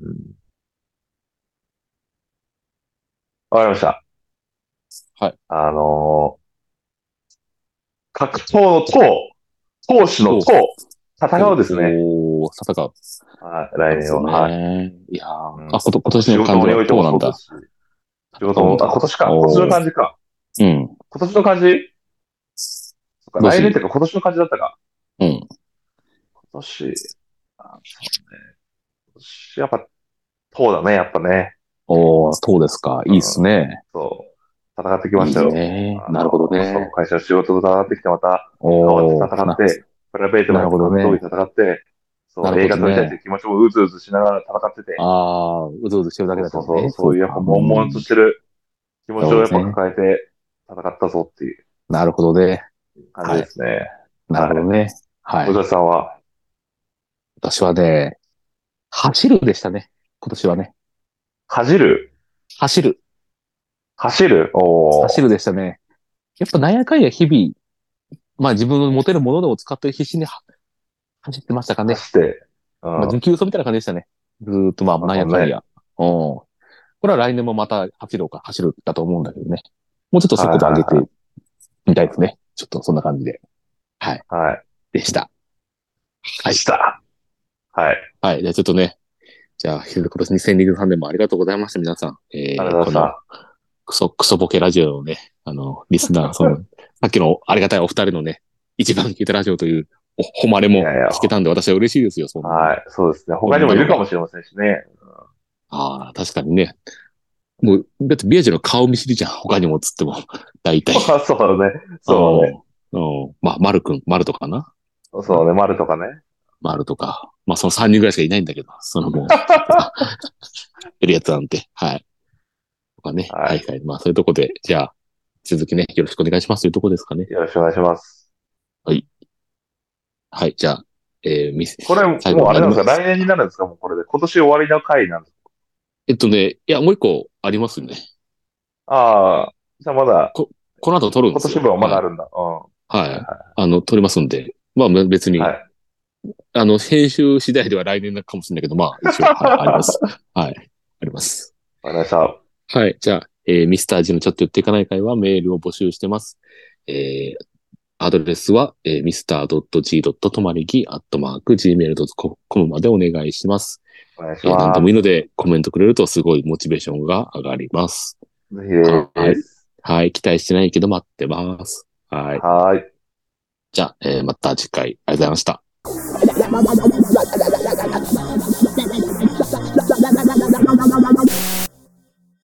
[SPEAKER 2] うん。わかりました。
[SPEAKER 1] はい。
[SPEAKER 2] あのー、格闘の党、党首の党、戦うですね。
[SPEAKER 1] おー戦う。
[SPEAKER 2] はい、来年は。はい。
[SPEAKER 1] い。いやー
[SPEAKER 2] うん
[SPEAKER 1] あ、こと今年
[SPEAKER 2] 仕
[SPEAKER 1] の
[SPEAKER 2] 事
[SPEAKER 1] 感
[SPEAKER 2] に
[SPEAKER 1] じ
[SPEAKER 2] お
[SPEAKER 1] はい
[SPEAKER 2] て
[SPEAKER 1] どう
[SPEAKER 2] も
[SPEAKER 1] な
[SPEAKER 2] そ
[SPEAKER 1] ん
[SPEAKER 2] うだ
[SPEAKER 1] だ。
[SPEAKER 2] し。仕事も、あ、今年か。
[SPEAKER 1] おー
[SPEAKER 2] 今年の漢字か。
[SPEAKER 1] うん。
[SPEAKER 2] 今年の漢字そっか
[SPEAKER 1] どうす
[SPEAKER 2] 来
[SPEAKER 1] る
[SPEAKER 2] 年っていうか今年の漢字だったか。
[SPEAKER 1] うん。
[SPEAKER 2] 今年、あそうね。今年、やっぱ、党だね、やっぱね。
[SPEAKER 1] おーそうですか。いいっすね。
[SPEAKER 2] そう。戦ってき
[SPEAKER 1] い
[SPEAKER 2] ましたよ。
[SPEAKER 1] いね
[SPEAKER 2] あ。の
[SPEAKER 1] なるほど
[SPEAKER 2] そう
[SPEAKER 1] ね。
[SPEAKER 2] 会社の仕事と戦ってきて、また、
[SPEAKER 1] おー
[SPEAKER 2] 戦って、プライベート
[SPEAKER 1] な
[SPEAKER 2] の
[SPEAKER 1] るほどね
[SPEAKER 2] 闘技戦って、そ
[SPEAKER 1] な
[SPEAKER 2] う、映
[SPEAKER 1] る
[SPEAKER 2] 画
[SPEAKER 1] ほ
[SPEAKER 2] 撮
[SPEAKER 1] ど
[SPEAKER 2] り
[SPEAKER 1] ね
[SPEAKER 2] たいという気持ちもうずうずしながら戦ってて、
[SPEAKER 1] ああ、うずうずしてるだけだった
[SPEAKER 2] そう
[SPEAKER 1] ね
[SPEAKER 2] そう、そういうやっぱ悶々としてる気持ちをやっぱ抱えて戦ったぞっていう
[SPEAKER 1] なるほどね。
[SPEAKER 2] 感じですね。
[SPEAKER 1] なるほどね。はい
[SPEAKER 2] 小。田さんは、
[SPEAKER 1] 私はね、走るでしたね。今年はね。
[SPEAKER 2] 恥じる
[SPEAKER 1] 走る。
[SPEAKER 2] 走るおー
[SPEAKER 1] 走るでしたね。やっぱなんやかんや日々、まあ自分の持てるものでも使って必死には走ってましたかね。
[SPEAKER 2] 走って、う
[SPEAKER 1] まあ、
[SPEAKER 2] ん。
[SPEAKER 1] 持久走みたいな感じでしたね。ずーっとまあ、なんやかんや。うん。これは来年もまた走ろうか、走るだと思うんだけどね。もうちょっと速度上げてみたいですね。ちょっとそんな感じで。
[SPEAKER 2] はい。
[SPEAKER 1] でした。はい
[SPEAKER 2] した。はい。
[SPEAKER 1] はい。じゃあちょっとね。じゃあ、今年2023年もありがとうございました、皆さん。え
[SPEAKER 2] ありがとうございま
[SPEAKER 1] こ
[SPEAKER 2] した
[SPEAKER 1] のクソ、クソボケラジオのね、あの、リスナー、その、 <laughs> さっきのありがたいお二人のね、一番聞いたラジオという、お、誉れも
[SPEAKER 2] いやいや
[SPEAKER 1] 聞けたんで、私は嬉しいですよ、そんな
[SPEAKER 2] はい、そうですね。他にもいるかもしれませんし
[SPEAKER 1] <laughs>
[SPEAKER 2] ね。
[SPEAKER 1] ああ、確かにね。もう、だってビアジェの顔見知りじゃん。他にもつっても、大体。
[SPEAKER 2] そうそうだね。 <laughs> そうだね。
[SPEAKER 1] あのうん。まあ、マルくん、マルとかな。
[SPEAKER 2] そうね。丸とかね。
[SPEAKER 1] マルとか。まあ、その3人ぐらいしかいないんだけど、そのも
[SPEAKER 2] <laughs>
[SPEAKER 1] う、いるやつなんて。はい。とかね。
[SPEAKER 2] は
[SPEAKER 1] はいい、はい。まあ、そういうとこで、じゃあ、続きね、よろしくお願いしますというとこですかね。
[SPEAKER 2] よろしくお願いします。
[SPEAKER 1] はい、じゃあ、えー、みせ
[SPEAKER 2] これ、もう
[SPEAKER 1] 最後
[SPEAKER 2] あれなんです
[SPEAKER 1] にな
[SPEAKER 2] か
[SPEAKER 1] り
[SPEAKER 2] 来年になるんですかもうこれで。今年終わりの回なんです
[SPEAKER 1] えっとね、いや、もう一個ありますよね。
[SPEAKER 2] かああ、じゃあまだ、
[SPEAKER 1] この後撮るん
[SPEAKER 2] 今
[SPEAKER 1] ですよ。
[SPEAKER 2] 年分はまだあるんだ。うん。
[SPEAKER 1] はい。
[SPEAKER 2] はい
[SPEAKER 1] あの、撮りますんで。まあ、別に、
[SPEAKER 2] はい。
[SPEAKER 1] あの、編集次第では来年かもしれないけど、まあ、一応、はい、あり
[SPEAKER 2] <laughs>
[SPEAKER 1] ます。はい、あります。
[SPEAKER 2] わかりました。
[SPEAKER 1] はい、じゃあ、えーミスタージのちょっと言っていかない会はメールを募集してます。えーアドレスは、えー、mr.g.tomarigi.gmail.com までお願いします。
[SPEAKER 2] お願いし
[SPEAKER 1] えー何
[SPEAKER 2] ま
[SPEAKER 1] でもいいので、コメントくれるとすごいモチベーションが上がります。
[SPEAKER 2] す。ぜひです。
[SPEAKER 1] はい、期待してないけど待ってます。はい。
[SPEAKER 2] はーい。
[SPEAKER 1] じゃあ、えーまた次回ありがとうございました。
[SPEAKER 3] Blah, blah, blah, blah, blah, blah, blah.